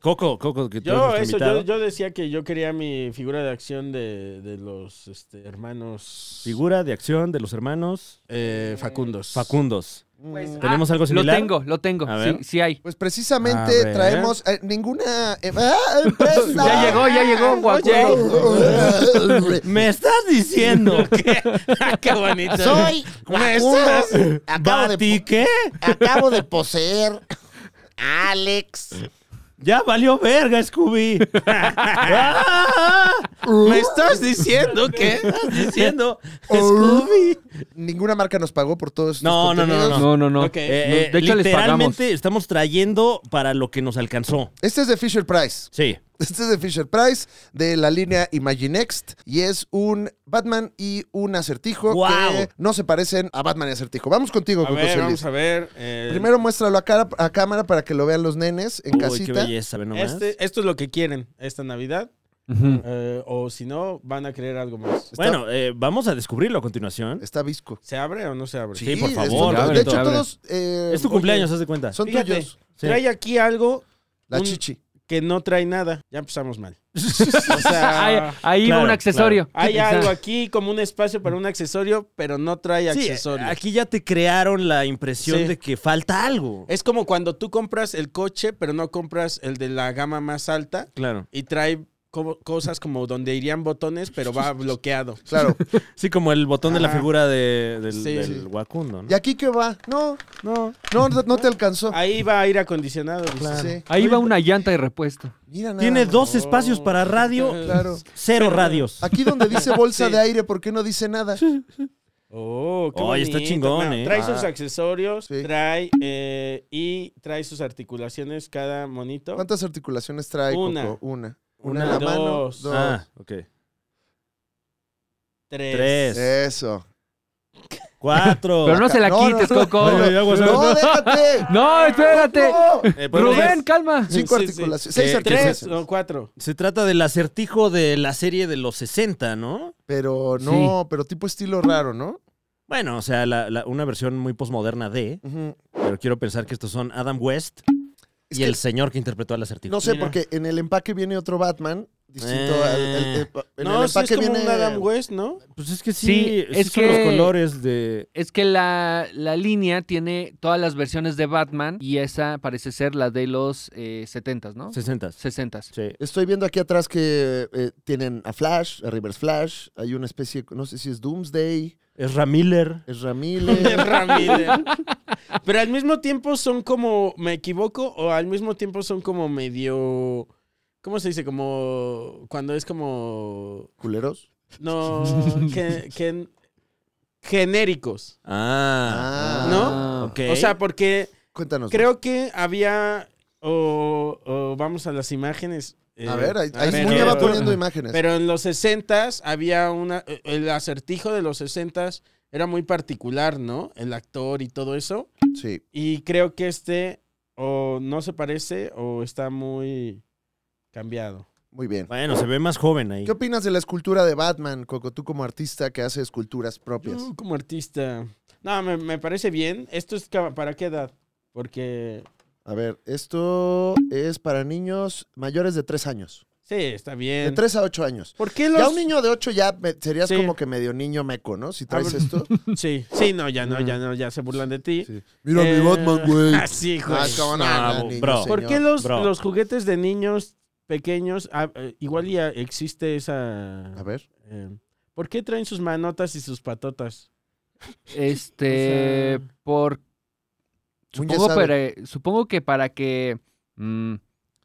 B: Coco, Coco, que tú eres
C: Yo,
B: nuestro
C: eso,
B: invitado.
C: yo, yo decía que yo quería mi figura de acción de, de los este, hermanos
B: Figura de acción de los hermanos
C: eh, Facundos.
B: Facundos. ¿Tenemos
D: Ah,
B: algo similar?
D: Lo tengo, lo tengo.
B: A
D: Sí,
B: ver.
D: sí hay.
A: Pues
B: A
A: precisamente
B: ver.
A: traemos eh, ninguna eh, ah, empresa.
D: Ya llegó, ya llegó, guapo.
B: ¿Me estás diciendo que
C: Qué bonito.
E: Soy Facundo. Acabo
B: Bati,
E: de,
B: qué?
E: acabo de poseer a Alex.
B: Ya valió verga, Scooby. Ah,
C: ¿Me estás diciendo que
B: diciendo Scooby.
A: Ninguna marca nos pagó por todos estos
B: No, no, no, no,
A: contenidos.
D: No, no, no.
C: Ok.
B: Eh, eh,
D: de hecho, les
B: literalmente estamos trayendo para lo que nos alcanzó.
A: Este es de Fisher Price.
B: Sí.
A: Este es de Fisher Price, de la línea Imaginext, y es un Batman y un acertijo
B: ¡Guau!
A: que no se parecen a Batman y acertijo. Vamos contigo,
C: A
A: Coco
C: ver,
A: Celis.
C: vamos a ver. eh,
A: Primero muéstralo a, cara- a cámara para que lo vean los nenes en
B: Uy, qué
A: casita.
B: belleza, ve nomás.
C: este, esto es lo que quieren esta Navidad.
D: Ujú.
C: eh, o si no, van a querer algo más.
A: Está-
B: Bueno, eh, vamos a descubrirlo a continuación.
A: Está visco.
C: ¿Se abre o no se abre?
B: Sí, por
A: es
B: favor,
A: todo-
D: abre,
A: de hecho,
D: abre.
A: todos... eh,
B: Es tu
A: oye,
B: cumpleaños, haz de cuenta.
A: Son
C: Fíjate.
A: tuyos.
B: Sí.
C: Trae aquí algo
A: La
C: Un-
A: chichi.
C: que no trae nada. Ya empezamos mal. O sea,
D: Ahí, ahí va
B: Ah, Claro,
D: un accesorio.
C: hay
D: Quizá.
C: algo aquí como un espacio para un accesorio, pero no trae
B: Sí,
C: accesorio.
B: aquí ya te crearon la impresión
C: Sí. Eh,
B: de que falta algo.
C: Es como cuando tú compras el coche, pero no compras el de la gama más alta
B: Claro.
C: y trae como- cosas como donde irían botones, pero va bloqueado.
A: Claro.
B: Sí, como el botón de la
C: Ajá.
B: figura de- del,
C: Sí,
B: del
C: sí.
B: Wakundo, ¿no?
A: ¿Y aquí qué va? No,
B: No.
A: no, no, no te alcanzó.
C: Ahí va aire acondicionado. dices.
A: Sí.
D: Ahí va una llanta de repuesto.
A: Mira nada
B: Tiene
A: más.
B: dos espacios para radio,
A: Claro.
B: cero radios.
A: Aquí donde dice bolsa
C: Sí.
A: de aire, ¿por qué no dice nada?
C: Oh, qué
B: Oye, está
C: bonito.
B: chingón,
C: No,
B: ¿eh?
C: Trae
A: Ah.
C: sus accesorios,
A: Sí.
C: trae eh, y trae sus articulaciones cada monito.
A: ¿Cuántas articulaciones trae,
C: Una.
A: Coco? Una.
B: Una,
A: Una en la mano.
C: dos.
A: Dos.
B: Ah, ok.
C: Tres.
B: Tres,
A: Eso.
B: cuatro.
D: Pero no se la
A: eh. No,
D: quites,
A: no, no.
D: Coco.
B: Oye, oye, aguas, aguas.
A: ¡No, déjate!
D: No, espérate.
B: Eh, pues,
D: Rubén, calma.
A: Cinco
C: Sí, sí.
A: articulaciones.
B: Eh,
A: Seis
C: Tres
A: articulaciones.
C: o cuatro.
B: Se trata del acertijo de la serie de los 60, ¿no?
A: Pero no, pero tipo estilo raro, ¿no?
B: Bueno, o sea, la- la- una versión muy posmoderna de,
A: Ujú.
B: pero quiero pensar que estos son Adam West
A: Es
B: y
A: que
B: el señor que interpretó al acertijo.
A: No sé,
C: Mira.
A: porque en el empaque viene otro Batman. Distinto
B: Eh.
A: al. al- al- en
C: no,
A: el
C: sí es
A: empaque
C: como
A: viene.
C: un Adam West, ¿no?
B: Pues es que sí,
D: Sí,
B: sí
D: es
B: son los
D: que-
B: colores de...
D: Es que la, la línea tiene todas las versiones de Batman y esa parece ser la de los eh, 70s, ¿no?
B: 60.
D: 60s.
B: Sí.
A: Estoy viendo aquí atrás que eh, tienen a Flash, a Rivers Flash. Hay una especie, no sé si es Doomsday,
B: Es Ramiller.
A: es Ramírez.
C: Ramírez. Pero al mismo tiempo son como, me equivoco, o al mismo tiempo son como medio, ¿cómo se dice? Como cuando es como,
A: culeros.
C: no, que, que genéricos,
B: Ah,
A: Ah,
C: ¿no?
B: ok.
C: O sea, porque
A: Cuéntanos.
C: creo que había, o, o vamos a las imágenes. eh,
A: a ver, ahí, ahí
C: pero-
A: Muña va poniendo imágenes.
C: Pero en los 60s había una. eh, El acertijo de los 60s era muy particular, ¿no? El actor y todo eso.
A: sí.
C: Y creo que este o no se parece o está muy cambiado.
A: Muy bien.
B: Bueno, se ve más joven ahí.
A: ¿Qué opinas de la escultura de Batman, Coco? Tú como artista que hace esculturas propias.
C: Yo como artista. No, me, me parece bien. ¿Esto es ca- para qué edad? Porque.
A: A ver, esto es para niños mayores de 3 años.
C: Sí, está
A: De
C: bien.
A: 3 a 8 años.
C: ¿Por qué
A: Ya
C: los.?
A: un niño de 8 ya me- serías
C: Sí.
A: como que medio niño meco, ¿no? Si traes
C: ver.
A: esto.
C: Sí, sí, no, ya no,
A: Mm.
C: ya no, ya se burlan de ti.
A: Sí. Mira
C: Eh,
A: mi Batman, güey.
C: Ah, sí, güey.
A: Ah, es como, no,
B: no,
A: no, niño,
B: bro.
A: señor.
C: ¿Por qué los,
B: Bro.
C: los juguetes de niños pequeños, ah, eh, igual ya existe esa...
A: A ver.
C: eh, ¿Por qué traen sus manotas y sus patotas?
D: Este,
C: O sea-
D: por
A: Muñe
D: supongo,
A: sabe.
D: para- supongo que para que mm,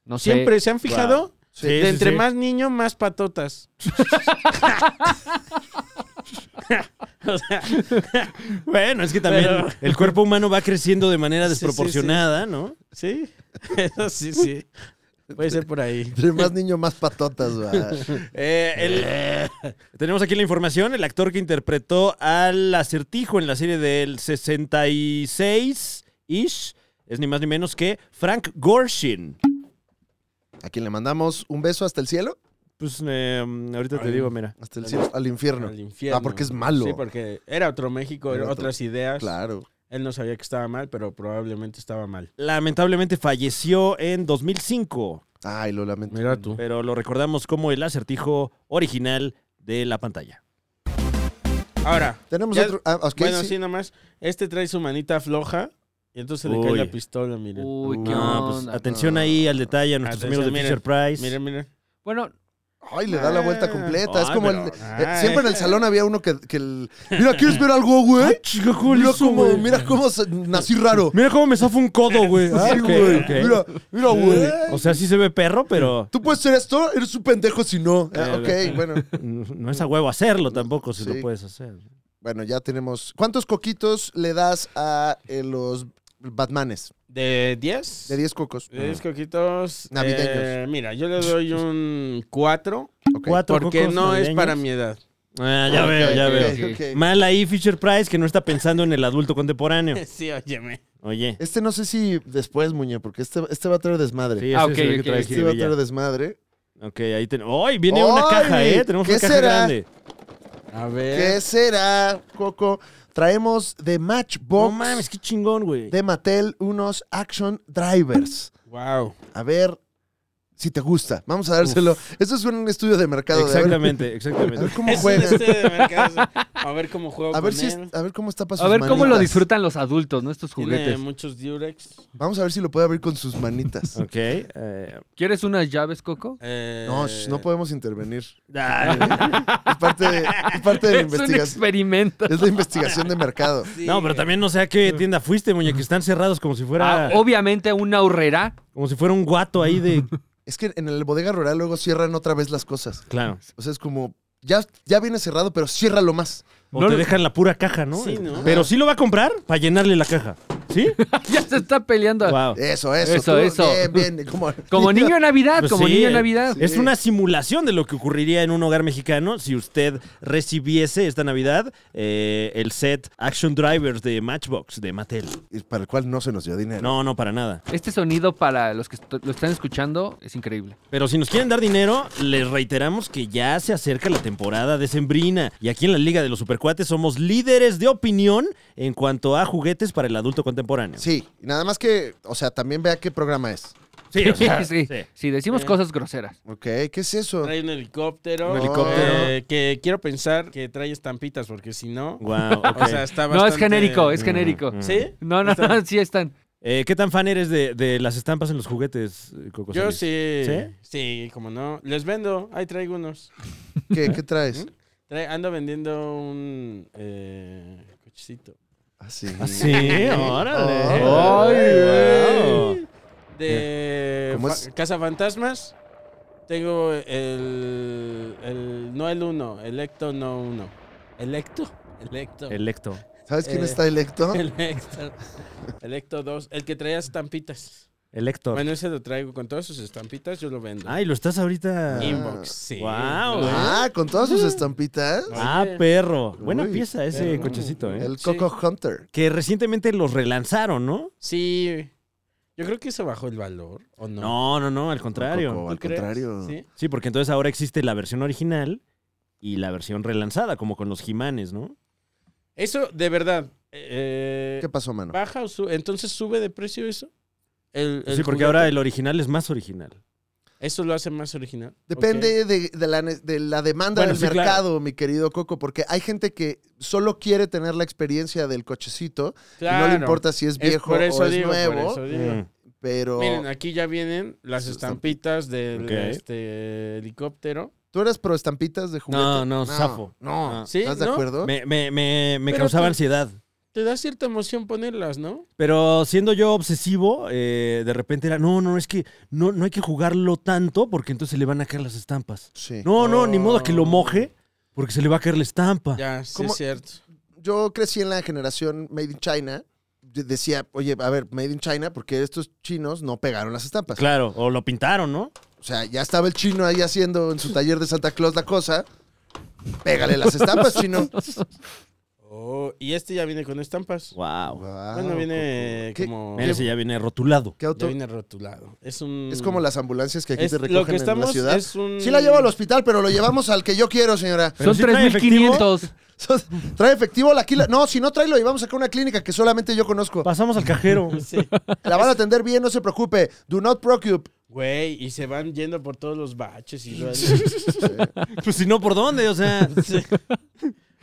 D: no sé.
C: ¿Siempre se han fijado?
A: Sí.
C: De entre más niño, más patotas. o sea,
B: Bueno, es que también
C: Pero-
B: el cuerpo humano va creciendo de manera
C: Sí, sí, sí.
B: desproporcionada, ¿no?
C: Ah, sí, eso sí, sí. Puede ser por ahí.
A: Entre más niño, más patotas, güey.
B: Eh, el- tenemos aquí la información. El actor que interpretó al acertijo en la serie del 66-ish es ni más ni menos que Frank Gorshin.
A: A quien le mandamos un beso hasta el cielo.
B: Pues eh,
C: em,
B: ahorita te
C: Ay.
B: digo, mira.
A: Hasta el cielo. Al infierno.
C: Al infierno.
A: Ah, porque es malo.
C: Sí, porque era otro México,
A: Era
C: eran
A: otro-
C: otras ideas.
A: Claro.
C: Él no sabía que estaba mal, pero probablemente estaba mal.
B: Lamentablemente falleció en 2005,
A: Ay, lo lamento.
C: Mira tú.
B: pero lo recordamos como el acertijo original de la pantalla.
C: Ahora,
A: Tenemos
C: Ya-
A: otro. Ah, ok,
C: bueno,
A: sí.
C: sí. nomás. Este trae su manita floja y entonces le
B: Uy.
C: cae la pistola, miren.
D: Uy, qué
B: No, pues
D: onda.
B: atención ahí al detalle a nuestros
C: Atención,
B: amigos de Fisher Price.
C: Miren, miren.
D: Bueno,
A: Ay, le da la vuelta
C: Ah.
A: completa. es
B: Ay,
A: como
B: pero-
A: el. eh,
C: ay.
A: siempre en el salón había uno que, que el. Mira, ¿quieres ver algo, güey?
B: Ah,
A: Mira cómo, ¿Eh? mira cómo se- nací raro.
B: Mira cómo me zafa un codo, güey. Ah,
A: Ay,
B: ok,
A: güey.
B: ok. Eh,
A: Mira, mira, güey.
B: O sea, sí se ve perro, pero
A: Tú puedes ser esto, eres un pendejo si no. Ah, ok, bueno.
B: no es a huevo hacerlo tampoco si
A: Sí.
B: lo puedes hacer.
A: Bueno, ya tenemos. ¿Cuántos coquitos le das a eh, los Batmanes?
C: ¿De 10?
A: De 10 cocos.
C: De 10 coquitos.
A: Navideños.
C: eh, mira, yo le doy un 4
A: Ok.
B: Cuatro
C: porque
B: cocos
C: no
B: navideños.
C: es para mi edad.
B: Ah, ya
A: Ok,
B: veo, ya
A: ok,
B: veo.
A: ok.
B: Mal ahí Fisher Price que no está pensando en el adulto contemporáneo.
C: Sí, óyeme.
B: Oye.
A: Este no sé si después, Muñe, porque este, este va a traer desmadre.
B: Sí,
D: Ah,
B: ese es
D: ok,
B: el que
D: ok,
B: trae
A: este va a
B: jiribilla.
A: traer desmadre.
B: Ok, ahí tenemos. ¡Ay! Viene una
A: ¡Ay!
B: caja, ¿eh? Tenemos
A: ¿Qué
B: una caja
A: será?
B: grande.
C: A ver.
A: ¿Qué será, Coco? Traemos de Matchbox
B: No mames, qué chingón, güey.
A: de Mattel unos Action Drivers.
C: Wow.
A: A ver si te gusta. Vamos a dárselo. Esto es un estudio de mercado. de a ver-
B: Exactamente,
A: A ver
B: exactamente.
A: cómo
C: Es un
A: juegan.
C: este de mercado. A ver cómo juego
A: A ver,
C: con
A: si es-
C: él.
A: a ver cómo está
D: a
A: pasando.
D: ver cómo lo disfrutan los adultos, ¿no? Estos
C: Tiene
D: juguetes.
C: muchos Durex.
A: Vamos a ver si lo puede abrir con sus manitas.
B: Ok. eh,
D: ¿Quieres unas llaves, Coco?
C: Eh,
A: No, sh, no podemos intervenir.
B: ay,
A: Es parte de, es parte de la
D: Es un
A: investigación.
D: experimento.
A: Es la investigación de mercado.
C: sí.
B: no, pero también no sé a qué tienda fuiste, muñeca, que están cerrados como si fuera,
D: Ah, obviamente una horrera.
B: como si fuera un guato ahí de.
A: Es que en el bodega rural luego cierran otra vez las cosas.
B: Claro.
A: O sea, es como, ya, ya viene cerrado, pero ciérralo más.
B: O
D: No
B: te
D: lo-
B: dejan la pura caja, ¿no?
C: Sí, ¿no?
B: Pero sí lo va a comprar para llenarle la caja. ¿Sí?
D: ya se está peleando.
B: Wow.
A: Eso, Ah. eso.
D: Eso, eso.
A: Bien, bien. Como,
D: Como niño de Navidad,
B: Pues
D: como
B: sí,
D: niño de Navidad.
B: Es una simulación de lo que ocurriría en un hogar mexicano si usted recibiese esta Navidad eh, el set Action Drivers de Matchbox de Mattel.
A: Y Para el cual no se nos dio dinero.
B: No, no, para nada.
D: Este sonido para los que est- lo están escuchando es increíble.
B: Pero si nos quieren dar dinero, les reiteramos que ya se acerca la temporada decembrina. Y aquí en la Liga de los Supercuates somos líderes de opinión en cuanto a juguetes para el adulto contemporáneo.
A: Sí, nada más que, o sea, también vea qué programa es.
B: Sí, o sea,
D: sí,
B: sí.
D: sí, decimos cosas groseras.
A: Ok, ¿qué es eso?
C: Trae un helicóptero.
A: Un helicóptero.
C: eh, que quiero pensar que trae estampitas, porque si no.
B: Guau, ok.
C: O sea, está
D: No,
C: bastante.
D: es genérico, es
B: Mm,
D: genérico.
B: mm.
C: ¿Sí?
D: No, no, no, sí están.
B: Eh, ¿Qué tan fan eres de, de las estampas en los juguetes, Coco?
C: Yo
B: Celis?
C: sí.
B: ¿Sí?
C: ¿Sí? como no. Les vendo. Ahí traigo unos.
A: ¿Qué, qué traes?
C: Trae- ando vendiendo un eh, cochecito.
A: Así.
B: ¿Ah, sí? ¡Órale!
D: Ay,
B: Guau.
C: De
A: ¿Cómo
C: fa-
A: es?
C: Casa Fantasmas. Tengo el, el- No el 1, el Ecto no 1. ¿El Ecto? Electo.
B: Electo.
A: ¿Sabes quién
C: Eh.
A: está electo?
C: Electo. Electo 2. El que traía estampitas.
B: Elector.
C: Bueno, ese lo traigo con todas sus estampitas, yo lo vendo.
B: Ay, lo estás ahorita.
C: Inbox. Sí.
B: Guau,
C: ¿eh?
B: güey.
A: Ah, con todas
C: Mm.
A: sus estampitas.
B: Ah, perro. Buena
A: Uy.
B: pieza ese
C: Perro.
B: cochecito, ¿eh?
A: El Coco Hunter.
B: Que recientemente los relanzaron, ¿no?
C: Sí. Yo creo que se bajó el valor, ¿o no?
B: No, no, no, al contrario.
A: Coco,
C: ¿Tú
A: al
C: crees?
A: contrario.
C: ¿Sí?
B: Sí, porque entonces ahora existe la versión original y la versión relanzada, como con los Jimanes, ¿no?
C: Eso, de verdad. eh,
A: ¿Qué pasó, mano?
C: ¿Baja o sube? ¿Entonces sube de precio eso? El- el
B: Sí, porque
C: juguete.
B: ahora el original es más original.
C: ¿Eso lo hace más original?
A: Depende de, de la, ne- de la demanda del
B: Bueno, sí, claro.
A: mercado, mi querido Coco, porque hay gente que solo quiere tener la experiencia del cochecito
C: Ok.
A: y no
C: Claro.
A: le importa si es
C: Es
A: viejo
C: por eso
A: o es
C: digo, por
A: nuevo,
C: eso digo.
B: Mm.
A: pero
C: Miren, aquí ya vienen las
A: Sus
C: estampitas del
B: Ok.
C: este, helicóptero.
A: tú eras pro estampitas de juguete.
B: No, no, zafo.
A: No,
B: No.
C: Sí,
A: ¿estás de
C: ¿no?
A: acuerdo?
B: Me, me- me- me
C: Pero
B: causaba
C: tú-
B: ansiedad.
C: Te da cierta emoción ponerlas, ¿no?
B: Pero siendo yo obsesivo, eh, de repente era, no, no, es que no, no hay que jugarlo tanto porque entonces le van a caer las estampas.
A: Sí.
B: No, no, ni modo que lo
C: Oh.
B: moje porque se le va a caer la estampa.
C: Ya, sí
A: ¿Cómo?
C: es cierto.
A: Yo crecí en la generación Made in China. Yo Decía, oye, a ver, Made in China, porque estos chinos no pegaron las estampas.
B: Claro, o lo pintaron, ¿no?
A: O sea, ya estaba el chino ahí haciendo en su taller de Santa Claus la cosa. Pégale las estampas, chino.
C: Oh, y este ya viene con estampas.
B: Wow.
C: bueno, viene
A: ¿Qué-
C: como...
B: Mira, ese ya viene rotulado.
A: ¿Qué
C: Ya
A: auto?
C: viene rotulado. Es un...
A: Es como las ambulancias que aquí
C: es-
A: te recogen
C: Lo que estamos
A: en la ciudad.
C: es un...
A: Sí la llevo al hospital, pero lo llevamos al que yo quiero, señora.
B: Pero
D: Son
B: sí trae efectivo.
D: 3.500.
A: ¿Trae efectivo la quila? No, si no trae, lo llevamos acá a una clínica que solamente yo conozco.
B: Pasamos al cajero.
C: Sí.
A: La van a atender bien, no se preocupe. Do not preocupe.
C: Güey, y se van yendo por todos los baches y todo.
B: Pues si no, ¿por dónde? O sea,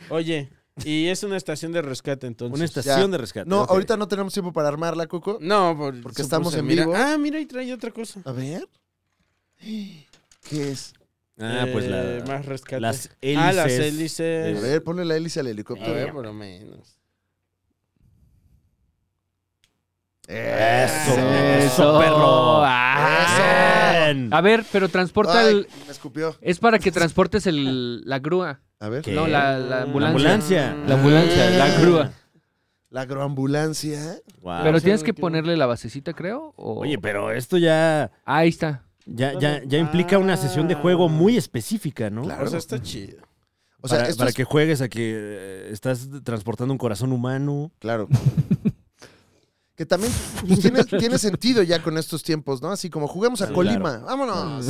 C: Oye, y es una estación de rescate entonces.
B: una estación de rescate.
A: No,
B: Ok.
A: ahorita no tenemos tiempo para armarla, Coco.
C: No, por-
A: Porque estamos en
C: mira-
A: vivo.
C: Ah, mira, y trae otra cosa.
A: A ver. ¿Qué es?
B: Ah, pues
C: Eh,
B: la,
C: más rescate.
B: las hélices.
C: ah, las
A: A
C: hélices.
A: ver, ponle la hélice al helicóptero.
C: A ver,
B: Eh,
C: por lo menos.
B: Eso,
D: Eso.
B: eso, perro.
D: Ah.
B: Bien.
D: A ver, pero transporta
A: Ay,
D: el...
A: me escupió.
D: Es para que transportes el, la grúa.
A: A ver.
B: ¿Qué?
D: No, la, la
B: La
D: ambulancia.
B: ambulancia. Ah.
D: La ambulancia, la grúa.
A: La agroambulancia.
B: Wow.
D: Pero
C: sí,
D: tienes
C: no
D: que
C: quiero.
D: ponerle la basecita, creo. o-
B: Oye, pero esto ya,
D: Ahí está.
B: ya, ya, ya implica una sesión de juego muy específica, ¿no?
A: Claro.
C: O sea, está chido.
A: este- O sea,
B: para,
A: esto
B: para
A: es-
B: que juegues a que eh, estás transportando un corazón humano.
A: Claro. que también pues, tiene, tiene sentido ya con estos tiempos, ¿no? Así como jugamos a
B: Sí,
A: Colima. Vámonos.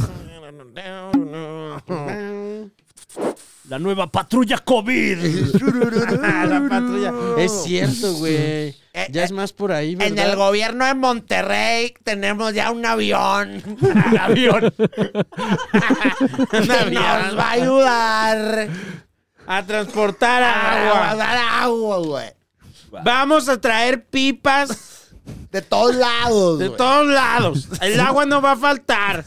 B: La nueva patrulla COVID.
C: la patrulla. Es cierto, güey. Ya es más por ahí, ¿verdad?
E: Eh, En el gobierno de Monterrey tenemos ya un avión.
B: El avión.
E: que nos va a ayudar
C: A transportar
E: a
C: agua.
E: guardar Ah, agua, güey.
C: Vamos a traer pipas
E: De todos lados,
C: de
E: güey.
C: todos lados. El agua no va a faltar.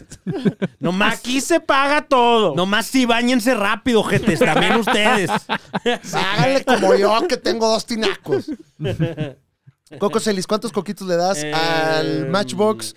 B: Nomás,
C: Aquí se paga todo.
B: nomás sí, bañense rápido, gente. También ustedes.
A: Háganle como yo, que tengo dos tinacos. Coco Celis, ¿cuántos coquitos le das
C: Eh,
A: al Matchbox?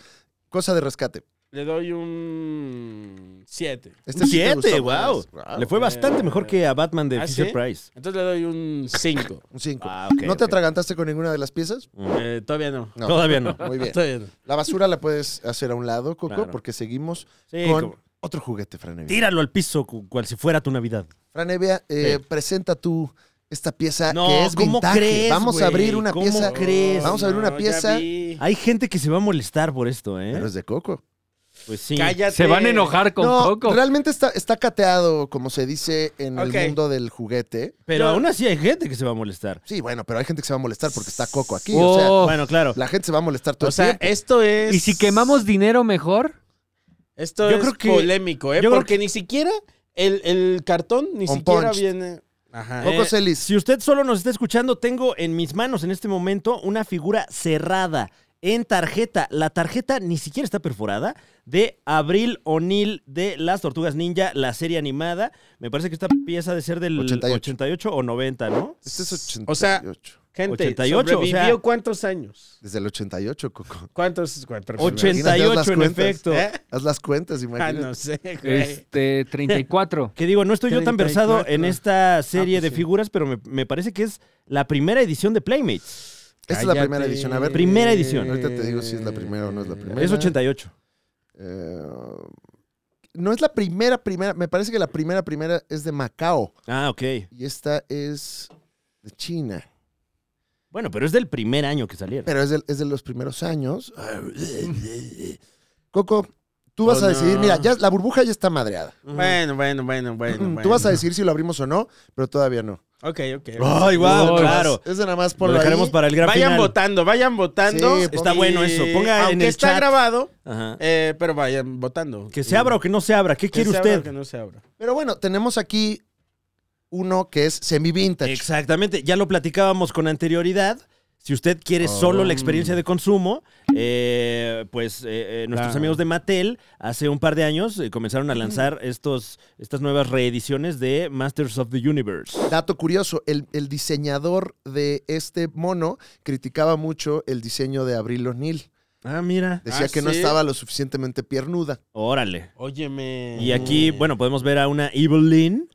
A: Cosa de rescate.
C: Le doy un 7.
A: Este sí te
B: Siete,
A: gustó,
B: wow.
A: pues. Wow.
B: Le fue bastante mejor que a Batman de
C: ¿Ah,
B: Fisher
C: sí?
B: Price.
C: Entonces le doy un 5.
A: Un cinco.
B: Ah, ok,
A: ¿No te
B: ok.
A: atragantaste con ninguna de las piezas?
C: Eh, todavía no.
A: No.
B: Todavía no.
A: Muy bien.
C: Todavía no.
A: La basura la puedes hacer a un lado, Coco,
B: Claro.
A: porque seguimos
B: Sí,
A: con
B: como-
A: otro juguete, Franevia.
B: Tíralo al piso, cu- cual si fuera tu Navidad.
A: Franevia, eh,
B: Sí.
A: presenta tú esta pieza
B: No,
A: que es
B: ¿cómo
A: vintage.
B: crees,
A: Vamos a abrir
B: güey?
A: una
B: ¿Cómo
A: pieza.
B: crees?
A: Vamos a abrir una
C: ya
A: pieza.
C: vi.
B: Hay gente que se va a molestar por esto, ¿eh?
A: Pero es de Coco.
B: Pues sí.
C: Cállate.
D: Se van a enojar con
A: no,
D: Coco.
A: realmente está, está cateado, como se dice en
C: Ok.
A: el mundo del juguete.
B: Pero
C: Yo-
B: aún así hay gente que se va a molestar.
A: Sí, bueno, pero hay gente que se va a molestar porque está Coco aquí.
D: Oh.
A: O sea,
B: Bueno, claro.
A: la gente se va a molestar todo
C: O
A: el
C: sea,
A: tiempo.
C: esto es.
D: ¿Y si quemamos dinero mejor?
C: Esto
B: Yo
C: es
B: creo que-
C: polémico, ¿eh?
B: yo creo
C: Porque ni siquiera el, el cartón ni
A: On
C: siquiera
A: punched.
C: viene. Ajá.
A: Coco
B: Eh,
A: Celis.
B: Si usted solo nos está escuchando, tengo en mis manos en este momento una figura cerrada en tarjeta. La tarjeta ni siquiera está perforada de Abril O'Neill de Las Tortugas Ninja, la serie animada. Me parece que esta pieza ha de ser del
A: 88.
B: 88, o 90, ¿no?
A: Este es
C: O sea,
A: 88.
C: Gente,
B: 88,
C: ¿sobrevivió
B: o sea-
C: cuántos años?
A: Desde el 88, Coco.
C: ¿Cuántos? cuántos-
B: 88 en
A: cuentas.
B: efecto.
C: ¿Eh?
A: Haz las cuentas,
C: Ah,
A: imagínate.
C: no sé, güey.
D: Este, 34.
B: Que digo, no estoy yo tan
C: 34.
B: versado en esta serie
C: pues
B: de
C: sí.
B: figuras, pero me, me parece que es la primera edición de Playmates.
A: Esta es la
C: Cállate.
A: primera edición. A ver.
B: Primera edición.
A: Ahorita te digo si es la primera o no es la primera.
B: Es 88.
A: Eh, no es la primera, primera. Me parece que la primera, primera es de Macao.
B: Ah, ok.
A: Y esta es de China.
B: Bueno, pero es del primer año que salieron.
A: Pero es de, es de los primeros años. Coco, tú vas
C: Oh,
A: a decidir.
C: no.
A: Mira, ya la burbuja ya está madreada.
C: Bueno, bueno, bueno, bueno. bueno.
A: Tú vas a decir si lo abrimos o no, pero todavía no.
C: Ok, ok.
B: ¡Ay, wow!
D: Oh,
B: Claro.
A: Es de nada más
B: Lo
A: por
B: dejaremos para el gran
C: Vayan
B: final.
C: votando, vayan votando.
A: Sí,
B: Está bueno eso. Ponga en
C: Aunque
B: el
C: está
B: chat.
C: grabado,
B: Ajá.
C: eh, pero vayan votando.
B: Que se abra o que no se abra. ¿Qué
C: Que
B: quiere
C: se abra o
B: usted?
C: que no se abra.
A: Pero bueno, tenemos aquí uno que es semi-vintage.
B: Exactamente, ya lo platicábamos con anterioridad. Si usted quiere solo la
C: Oh.
B: experiencia de consumo, eh, pues eh, eh, nuestros
C: Claro.
B: amigos de Mattel hace un par de años eh, comenzaron a lanzar estos, estas nuevas reediciones de Masters of the Universe.
A: Dato curioso, el, el diseñador de este mono criticaba mucho el diseño de Abril O'Neill.
B: Ah, mira.
A: Decía
C: Ah,
A: que no
C: sí.
A: estaba lo suficientemente piernuda.
B: Órale.
C: Óyeme.
B: Y aquí, bueno, podemos ver a una Evelyn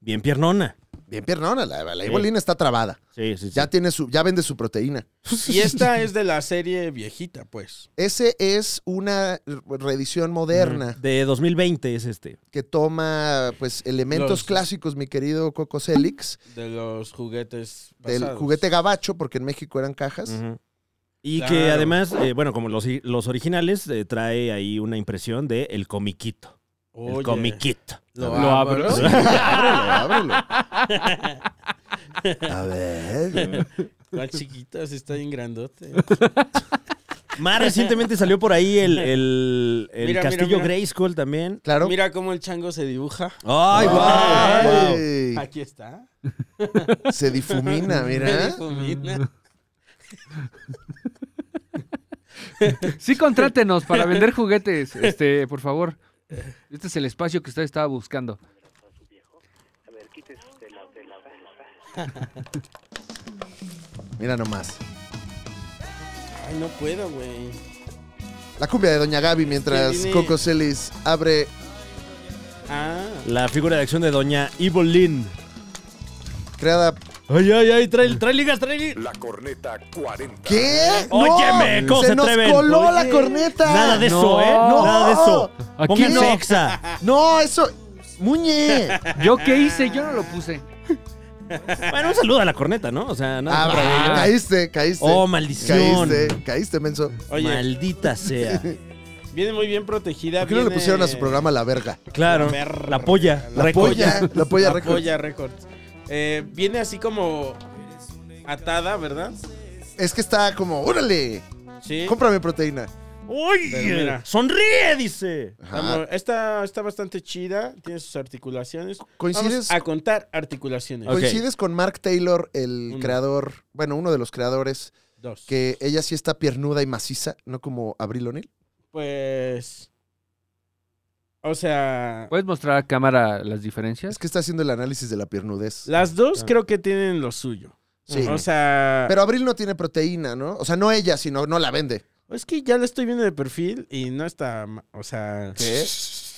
B: bien piernona.
A: Bien piernona, la, la
B: Sí.
A: Evelyn está trabada.
B: Sí, sí, sí.
A: Ya, tiene su, ya vende su proteína.
C: Y esta es de la serie viejita, pues.
A: Ese es una reedición moderna
B: De 2020 es este.
A: que toma pues elementos
C: Los-
A: clásicos, mi querido Coco Celix,
C: De los juguetes
A: del
C: pasados.
A: juguete gabacho, porque en México eran cajas.
B: Ujú. Y
C: Claro.
B: que además, eh, bueno, como los, los originales, eh, trae ahí una impresión de el comiquito.
C: Oye,
B: El comiquito.
C: Lo,
D: Lo
C: abro.
D: abro.
A: Ábrelo, ábrelo. A ver.
C: La chiquita sí está bien grandote.
B: Más recientemente salió por ahí el, el, el
C: Mira, mira,
B: Castillo
C: mira.
B: Grayskull también.
A: Claro.
C: Mira cómo el chango se dibuja.
B: ¡Ay, guau!
A: Ay,
C: Aquí está.
A: Se difumina,
C: Me
A: mira.
C: difumina.
D: Sí, contrátenos para vender juguetes, este, por favor. Este es el espacio que usted estaba buscando.
A: Mira nomás.
C: Ay, no puedo, güey.
A: La cumbia de Doña Gaby mientras
C: Sí, sí.
A: Coco Celis abre.
C: Ah.
B: La figura de acción de Doña Evelyn.
A: Creada.
B: ¡Ay, ay, ay! Trae, trae ligas, trae ligas.
H: La corneta 40.
A: ¿Qué?
B: Óyeme, ¿cómo se
A: nos
B: atreven?
A: coló la
B: Oye.
A: corneta.
B: Nada de eso,
D: No.
B: ¿eh?
D: No.
B: Nada de eso.
D: Aquí
B: Pónganse
D: no.
B: exa.
A: No, eso. Muñe.
D: ¿Yo qué hice? Yo no lo puse.
B: Bueno, un saludo a la corneta, ¿no? O sea, nada.
A: Ah, bravo. caíste, caíste.
B: ¡Oh, maldición!
A: Caíste, caíste, menso.
C: Oye,
B: Maldita sea.
C: viene muy bien protegida.
A: ¿Por qué no le
C: viene-
A: pusieron a su programa la verga?
B: Claro.
C: Ver-
B: La polla.
A: La
B: récord.
A: polla, la polla
C: La
A: récord.
C: Polla Records. Eh, viene así como atada, ¿verdad?
A: Es que está como, órale,
C: Sí.
A: cómprame proteína.
C: Pero
B: ¡Uy!
C: mira.
B: ¡Sonríe! Dice.
A: Ajá.
C: Vamos, Está, está bastante chida, tiene sus articulaciones.
A: ¿Coincides,
C: Vamos a contar articulaciones.
B: Ok.
A: coincides con Mark Taylor, el
C: Uno.
A: creador, bueno, uno de los creadores,
C: Dos.
A: que ella sí está piernuda y maciza, no como Abril O'Neill?
C: Pues. O sea.
D: ¿Puedes mostrar a cámara las diferencias?
A: Es que está haciendo el análisis de la piernudez.
C: Las dos creo que tienen lo suyo.
A: Sí.
C: O sea.
A: Pero Abril no tiene proteína, ¿no? O sea, no ella, sino no la vende.
C: Es que ya la estoy viendo de perfil y no está. ma- O sea.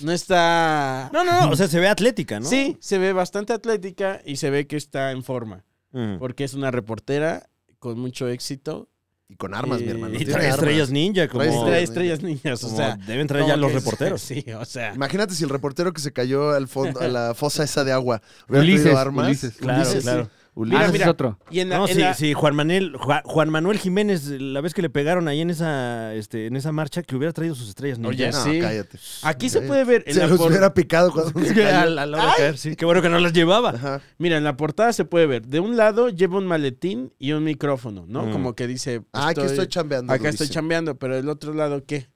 C: No está.
B: No, no, no. O sea, se ve atlética, ¿no?
C: Sí, se ve bastante atlética y se ve que está en forma.
B: Mm.
C: Porque es una reportera con mucho éxito.
A: Y con armas, mi hermano.
B: Y
A: tiene
B: trae
A: armas.
B: estrellas ninja, como,
A: Trae
C: Y
A: Oh,
C: trae
A: ninja.
C: estrellas niñas, o
B: como
C: sea.
B: deben traer
C: como
B: ya los
C: que-
B: reporteros.
C: Sí, o sea.
A: Imagínate si el reportero que se cayó al fondo, a la fosa esa de agua, hubiera
D: Ulises,
A: traído armas.
D: Ulises.
B: Claro,
A: Ulises,
B: claro.
D: Ah,
A: Ulises.
D: ese
C: mira.
D: es otro.
C: Y en la-
B: No,
C: en
B: sí,
C: la-
B: sí, Juan Manuel, Ju- Juan Manuel Jiménez, la vez que le pegaron ahí en esa, este, en esa marcha, que hubiera traído sus estrellas ninja.
C: Oye,
A: No,
C: sí.
A: cállate.
C: Aquí se
A: Ok.
C: puede ver. En
A: Se
C: la
A: los
C: por-
A: hubiera picado cuando se cayó.
B: a la, a la hora de caer, sí. Qué bueno que no las llevaba.
A: Ajá.
C: Mira, en la portada se puede ver. De un lado lleva un maletín y un micrófono, ¿no?
B: Mm.
C: Como que dice.
A: Ah, aquí estoy chambeando.
C: Acá estoy
A: chambeando.
C: chambeando, pero del otro lado, ¿qué?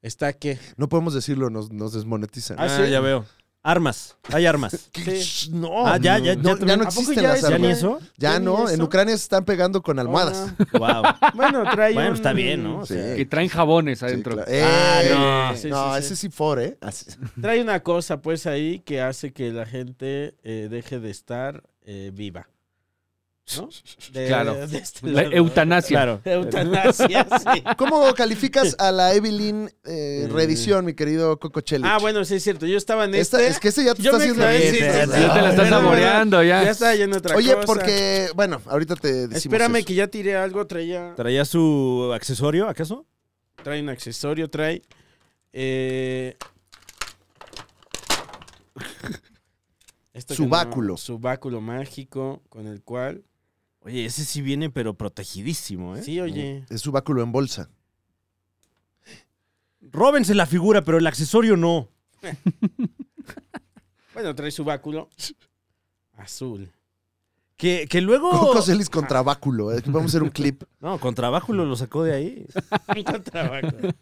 C: ¿Está qué?
A: No podemos decirlo, nos, nos desmonetizan.
C: Ah, sí.
B: ya veo. Armas, hay armas.
C: Sí.
A: No,
B: Ah, ya, ya, ya
A: no,
B: también-
A: no
B: ¿A poco
A: existen
C: ya
A: las
C: es-
B: ¿Ya ni
A: armas.
B: eso?
A: Ya,
C: ¿Ya ni
A: no,
C: eso?
A: en Ucrania se están pegando con almohadas.
C: Oh,
B: Wow.
C: no. Bueno, trae
B: Bueno,
C: un-
B: está bien, ¿no? O
A: Sí.
B: sea,
D: Que traen jabones
A: Eh, Sí,
D: adentro.
A: claro.
B: Ah,
A: Ey,
B: no.
C: Sí,
A: no,
C: sí, sí.
A: ese sí for, ¿eh? Así-
C: Trae una cosa, pues, ahí que hace que la gente eh, deje de estar eh, viva. ¿no? De-
D: Claro.
C: de este
D: La
C: lado.
D: eutanasia.
B: Claro.
C: Eutanasia, sí.
A: ¿Cómo calificas a la Evelyn eh, reedición, mi querido Coco Chelich?
C: Ah, bueno, sí es cierto. Yo estaba en
A: Esta-
C: este.
A: es que este ya te
C: Yo
A: está
C: me
A: haciendo...
C: clavé,
B: Sí,
C: sí,
B: te-
C: sí,
B: te-
C: sí.
D: Ya te la estás
C: Bueno,
D: saboreando, ya.
C: Ya estaba yendo otra
A: Oye,
C: cosa.
A: porque... Bueno, ahorita te decimos
C: Espérame
A: eso.
C: que ya tiré algo, traía...
B: ¿Traía su accesorio, acaso?
C: Trae un accesorio, trae... eh, esto que
A: Subáculo.
C: no- subáculo mágico con el cual...
B: Oye, ese sí viene, pero protegidísimo, ¿eh?
C: Sí, oye.
A: Es su báculo en bolsa.
B: Róbense la figura, pero el accesorio no.
C: Bueno, trae subáculo azul.
B: Que, que luego.
A: Coco Celis contra báculo. eh, Vamos a hacer un clip.
B: No, con trabajo lo, lo sacó de ahí.
C: Contrabáculo.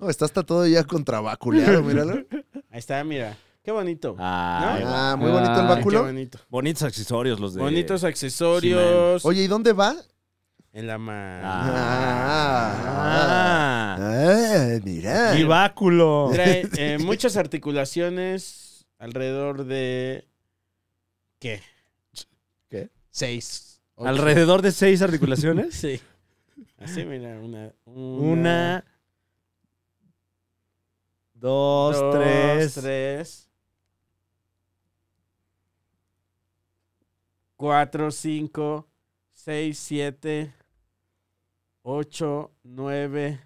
A: No, está hasta todo ya contra baculeado, míralo.
C: Ahí está, mira. Qué bonito.
B: Ay,
C: ¿No?
A: Ah, muy bonito el
D: Ay,
C: Ay, Qué
A: báculo.
C: bonito.
B: Bonitos accesorios los de.
C: Bonitos accesorios.
A: Oye, ¿y dónde va?
C: En la mano.
A: Ah,
B: Ah.
A: Ah, mira.
B: Y báculo.
C: Trae eh, muchas articulaciones alrededor de. ¿Qué?
A: ¿Qué?
C: Seis.
B: Alrededor de seis articulaciones.
C: Sí. Así, mira, una. Una.
B: Una. Dos, tres.
C: tres, Cuatro, cinco, seis, siete, ocho, nueve,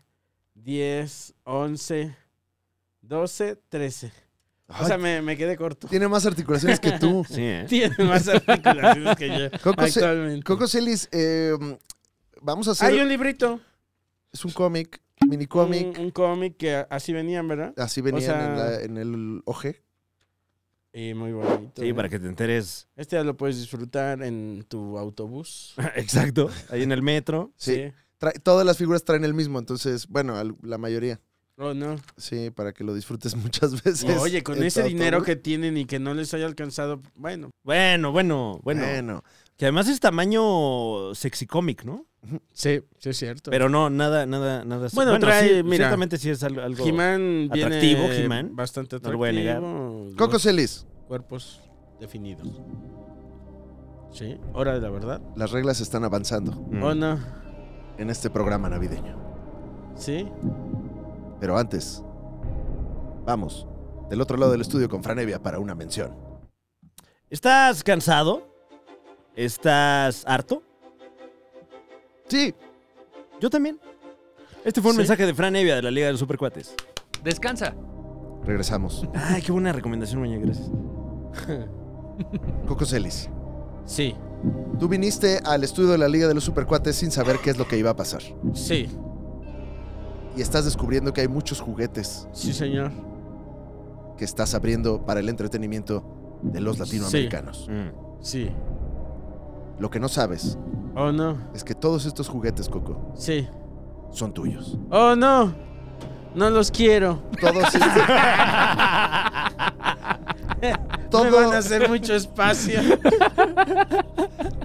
C: diez, once, doce, trece. O
A: Ay,
C: sea, me, me quedé corto.
A: Tiene más articulaciones que tú.
B: Sí, ¿eh?
C: Tiene más articulaciones que yo.
A: Coco, Ce-
C: actualmente.
A: Coco Celis, eh, vamos a hacer...
C: Hay un librito.
A: Es un cómic, mini
C: Un,
A: cómic.
C: un cómic que así venían, ¿verdad?
A: Así venían
C: mm. sea-
A: en, la- en el OG.
C: Y muy bonito.
B: Sí, para que te enteres.
C: Este ya lo puedes disfrutar en tu autobús.
B: Exacto. Ahí en el metro.
A: Sí. Trae- todas las figuras traen el mismo, entonces, bueno, al- la mayoría.
C: Oh, no.
A: Sí, para que lo disfrutes muchas veces.
C: Oye, con
A: en
C: ese
A: tu
C: dinero
A: autobús.
C: que tienen y que no les haya alcanzado, bueno,
B: Bueno, bueno, bueno.
A: Bueno,
B: Que además es tamaño sexy cómic, ¿no?
C: sí, sí es cierto. Pero
B: Pero no, nada, nada, nada.
C: Bueno, trae,
B: sí,
C: mira,
B: Ciertamente sí es al- algo.
C: pues, He-Man viene
B: Atractivo, He-Man.
C: bastante
B: No
C: atractivo.
B: lo voy a negar.
A: Coco
C: dos
A: Celis,
C: cuerpos definidos. Sí, hora de la verdad.
A: las reglas están avanzando
B: Mm.
C: Oh, no.
A: en este programa navideño.
C: Sí.
A: Pero antes, vamos del otro lado del estudio con Franevia para una mención.
B: ¿Estás cansado? ¿Estás harto?
A: Sí,
B: Yo también. Este fue un
C: Sí.
B: mensaje de Fran Evia de la Liga de los Supercuates.
D: Descansa.
A: regresamos.
B: Ay, qué buena recomendación, Muñe, gracias.
A: Coco Celis,
C: Sí.
A: tú viniste al estudio de la Liga de los Supercuates sin saber qué es lo que iba a pasar.
C: Sí.
A: Y estás descubriendo que hay muchos juguetes
C: Sí, señor.
A: que estás abriendo para el entretenimiento de los latinoamericanos.
C: Mm. Sí.
A: Lo que no sabes
C: Oh, no.
A: es que todos estos juguetes, Coco,
C: Sí.
A: son tuyos.
C: Oh, no. No los quiero.
A: Todos
C: No Me van a
A: todo,
C: hacer mucho espacio.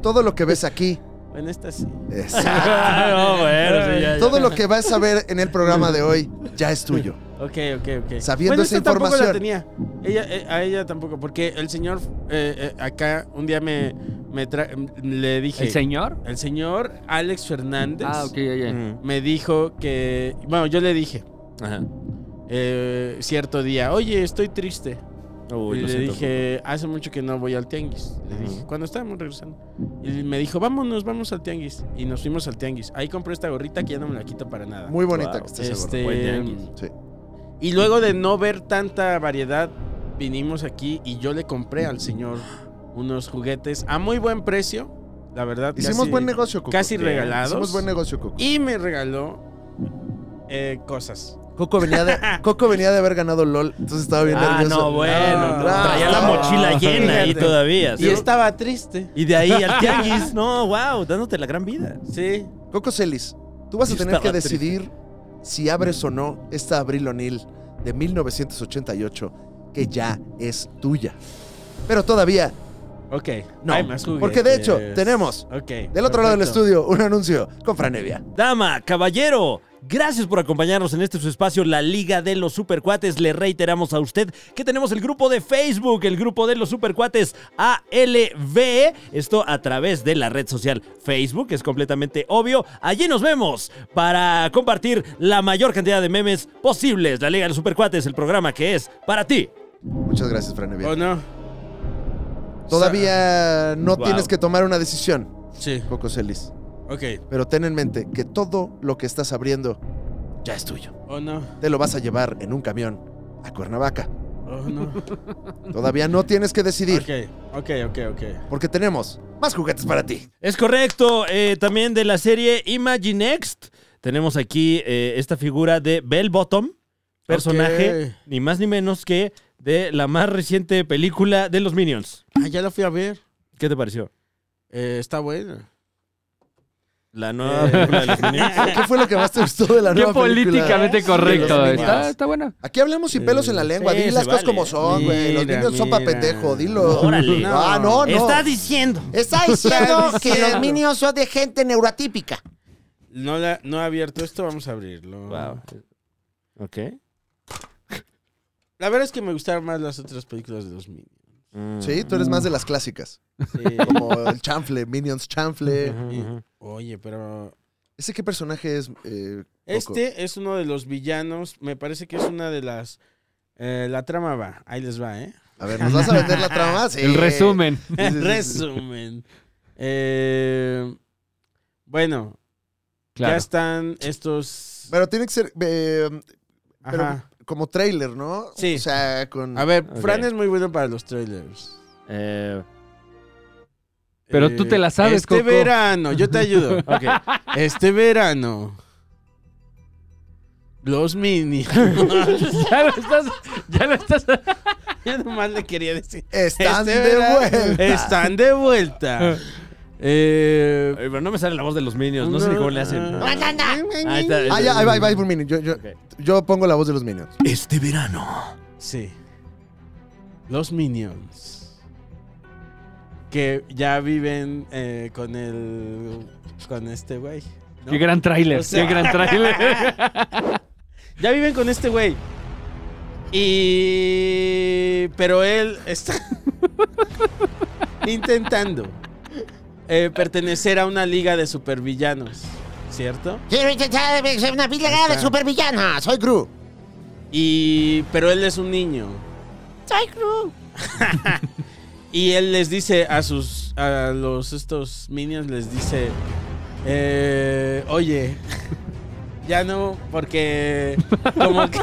A: todo lo que ves aquí
C: Bueno, esta sí.
A: es...
B: Ah, no, bueno, sí, ya, ya.
A: Todo lo que vas a ver en el programa de hoy ya es tuyo.
C: Ok, ok, ok.
A: Sabiendo
C: bueno,
A: esa
C: esta tampoco la
A: información.
C: tenía. Ella, eh, a ella tampoco, porque el señor eh, eh, acá un día me, me tra- le dije.
D: ¿El señor?
C: el señor Alex Fernández
D: Ah, ok, ya, ya.
B: Mm.
C: me dijo que. Bueno, yo le dije
B: Ajá.
C: eh, cierto día, oye, estoy triste.
B: Uy,
C: y
B: lo
C: le
B: siento.
C: dije, hace mucho que no voy al tianguis. Le
B: Ujú.
C: dije, cuando estábamos regresando. Y me dijo, vámonos, vamos al tianguis. Y nos fuimos al tianguis. Ahí compré esta gorrita que ya no me la quito para nada.
A: Muy bonita
B: Wow.
A: que estés
C: este,
B: Buen tianguis.
A: Sí.
C: Y luego de no ver tanta variedad, vinimos aquí y yo le compré al señor unos juguetes a muy buen precio. La verdad,
A: Hicimos
C: casi-
A: buen negocio, Coco.
C: casi regalados.
A: Hicimos buen negocio, Coco.
C: Y me regaló eh, cosas.
A: Coco venía, de, Coco venía de haber ganado LOL, entonces estaba bien
B: Ah,
A: nervioso. Ah,
B: no, bueno.
C: No,
B: traía la
A: no.
B: mochila llena ahí
C: Fíjate.
B: todavía.
C: Y
B: sí.
C: estaba triste.
B: Y de ahí al tianguis. No, wow, dándote la gran vida.
C: Sí.
A: Coco Celis, tú vas a
B: Yo
A: tener que
B: estaba triste.
A: decidir si abres o no esta Abril O'Neill de 1988 que ya es tuya. Pero todavía,
C: Ok.
A: No,
C: Hay más juguetes.
A: porque de hecho, tenemos
C: Ok.
A: del otro lado del
C: perfecto.
A: estudio, un anuncio con Franevia.
B: Dama, caballero, Gracias por acompañarnos en este su espacio, la Liga de los Supercuates. Le reiteramos a usted que tenemos el grupo de Facebook, el grupo de los Supercuates ALV. Esto a través de la red social Facebook, es completamente obvio. Allí nos vemos para compartir la mayor cantidad de memes posibles. La Liga de los Supercuates, el programa que es para ti.
A: Muchas gracias, Fran Evia.
C: ¿O no?
A: Todavía no
B: Wow.
A: tienes que tomar una decisión,
C: Sí.
A: Coco Celis.
C: Ok.
A: Pero ten en mente que todo lo que estás abriendo ya es tuyo.
C: ¿O no?
A: Te lo vas a llevar en un camión a Cuernavaca.
C: ¿O no?
A: Todavía no tienes que decidir,
C: Ok, ok, ok, ok.
A: porque tenemos más juguetes para ti.
B: Es correcto. eh, también de la serie Imagine Next. Tenemos aquí eh, esta figura de Bell Bottom, personaje
C: Ok.
B: ni más ni menos que de la más reciente película de los Minions.
C: Ah, ya la fui a ver.
B: ¿Qué te pareció?
C: Eh, está buena.
B: La nueva película de los Minions.
A: ¿Qué fue lo que más te gustó de la
D: Qué
A: nueva película?
D: políticamente correcto. ¿eh?
A: niños.
D: Está, está buena.
A: Aquí hablamos sin pelos en la lengua.
B: Sí,
A: Dile
B: se
A: las cosas
B: vale.
A: como son, güey. Los
C: Mira,
A: niños son
C: mira.
A: papetejo, dilo.
B: Órale.
A: Ah, no, no.
B: Está diciendo.
E: Está diciendo que los minions son de gente neurotípica.
C: No, la, no he abierto esto, vamos a abrirlo.
B: Wow. Ok.
C: La verdad es que me gustaron más las otras películas de los Minions.
B: Mm.
A: Sí, tú eres más de las clásicas.
C: Sí.
A: Como el chanfle, Minions chanfle.
B: Ajá, ajá.
C: Oye, pero...
A: ¿Ese qué personaje es? eh, Coco?
C: Este es uno de los villanos. Me parece que es una de las... eh, la trama va. Ahí les va, ¿eh?
A: A ver, ¿nos vas a vender la trama? Sí.
D: El resumen.
A: Sí, sí, sí, sí.
C: Resumen. Eh, bueno, ya
D: Claro.
C: están estos...
A: Pero tiene que ser eh, pero-
C: Ajá.
A: como trailer, ¿no?
C: Sí.
A: O sea, con...
C: A ver,
B: Ok.
C: Fran es muy bueno para los trailers.
B: Eh,
D: Pero tú te la sabes,
C: Este
D: Coco.
C: verano, yo te ayudo. Este verano. Los mini.
D: Ya lo estás. Ya lo estás.
C: yo nomás le quería decir.
A: Están
C: Este
A: de
C: verano
A: vuelta.
C: Están de vuelta.
B: ay,
C: Eh,
B: pero no me sale la voz de los Minions. No sé ni cómo le hacen.
E: Ah.
C: No.
B: Ahí está, ahí está.
A: Ah, ya, ahí va, ahí va, ahí va, Minion. Yo, yo,
B: Ok.
A: yo pongo la voz de los Minions.
B: Este verano.
C: Sí. Los minions. Que ya viven eh, con el. Con este güey. ¿no?
D: Qué gran tráiler.
C: O sea-
D: Qué gran tráiler.
C: Ya viven con este güey. Y. Pero él está. intentando. eh, pertenecer a una liga de supervillanos. ¿Cierto?
E: Quiero intentar ser una villana de supervillana. Soy Gru.
C: Y. Pero él es un niño.
E: Soy Gru.
C: Y él les dice a sus. A los. Estos minions les dice. eh, Oye. Ya no, porque. Como que.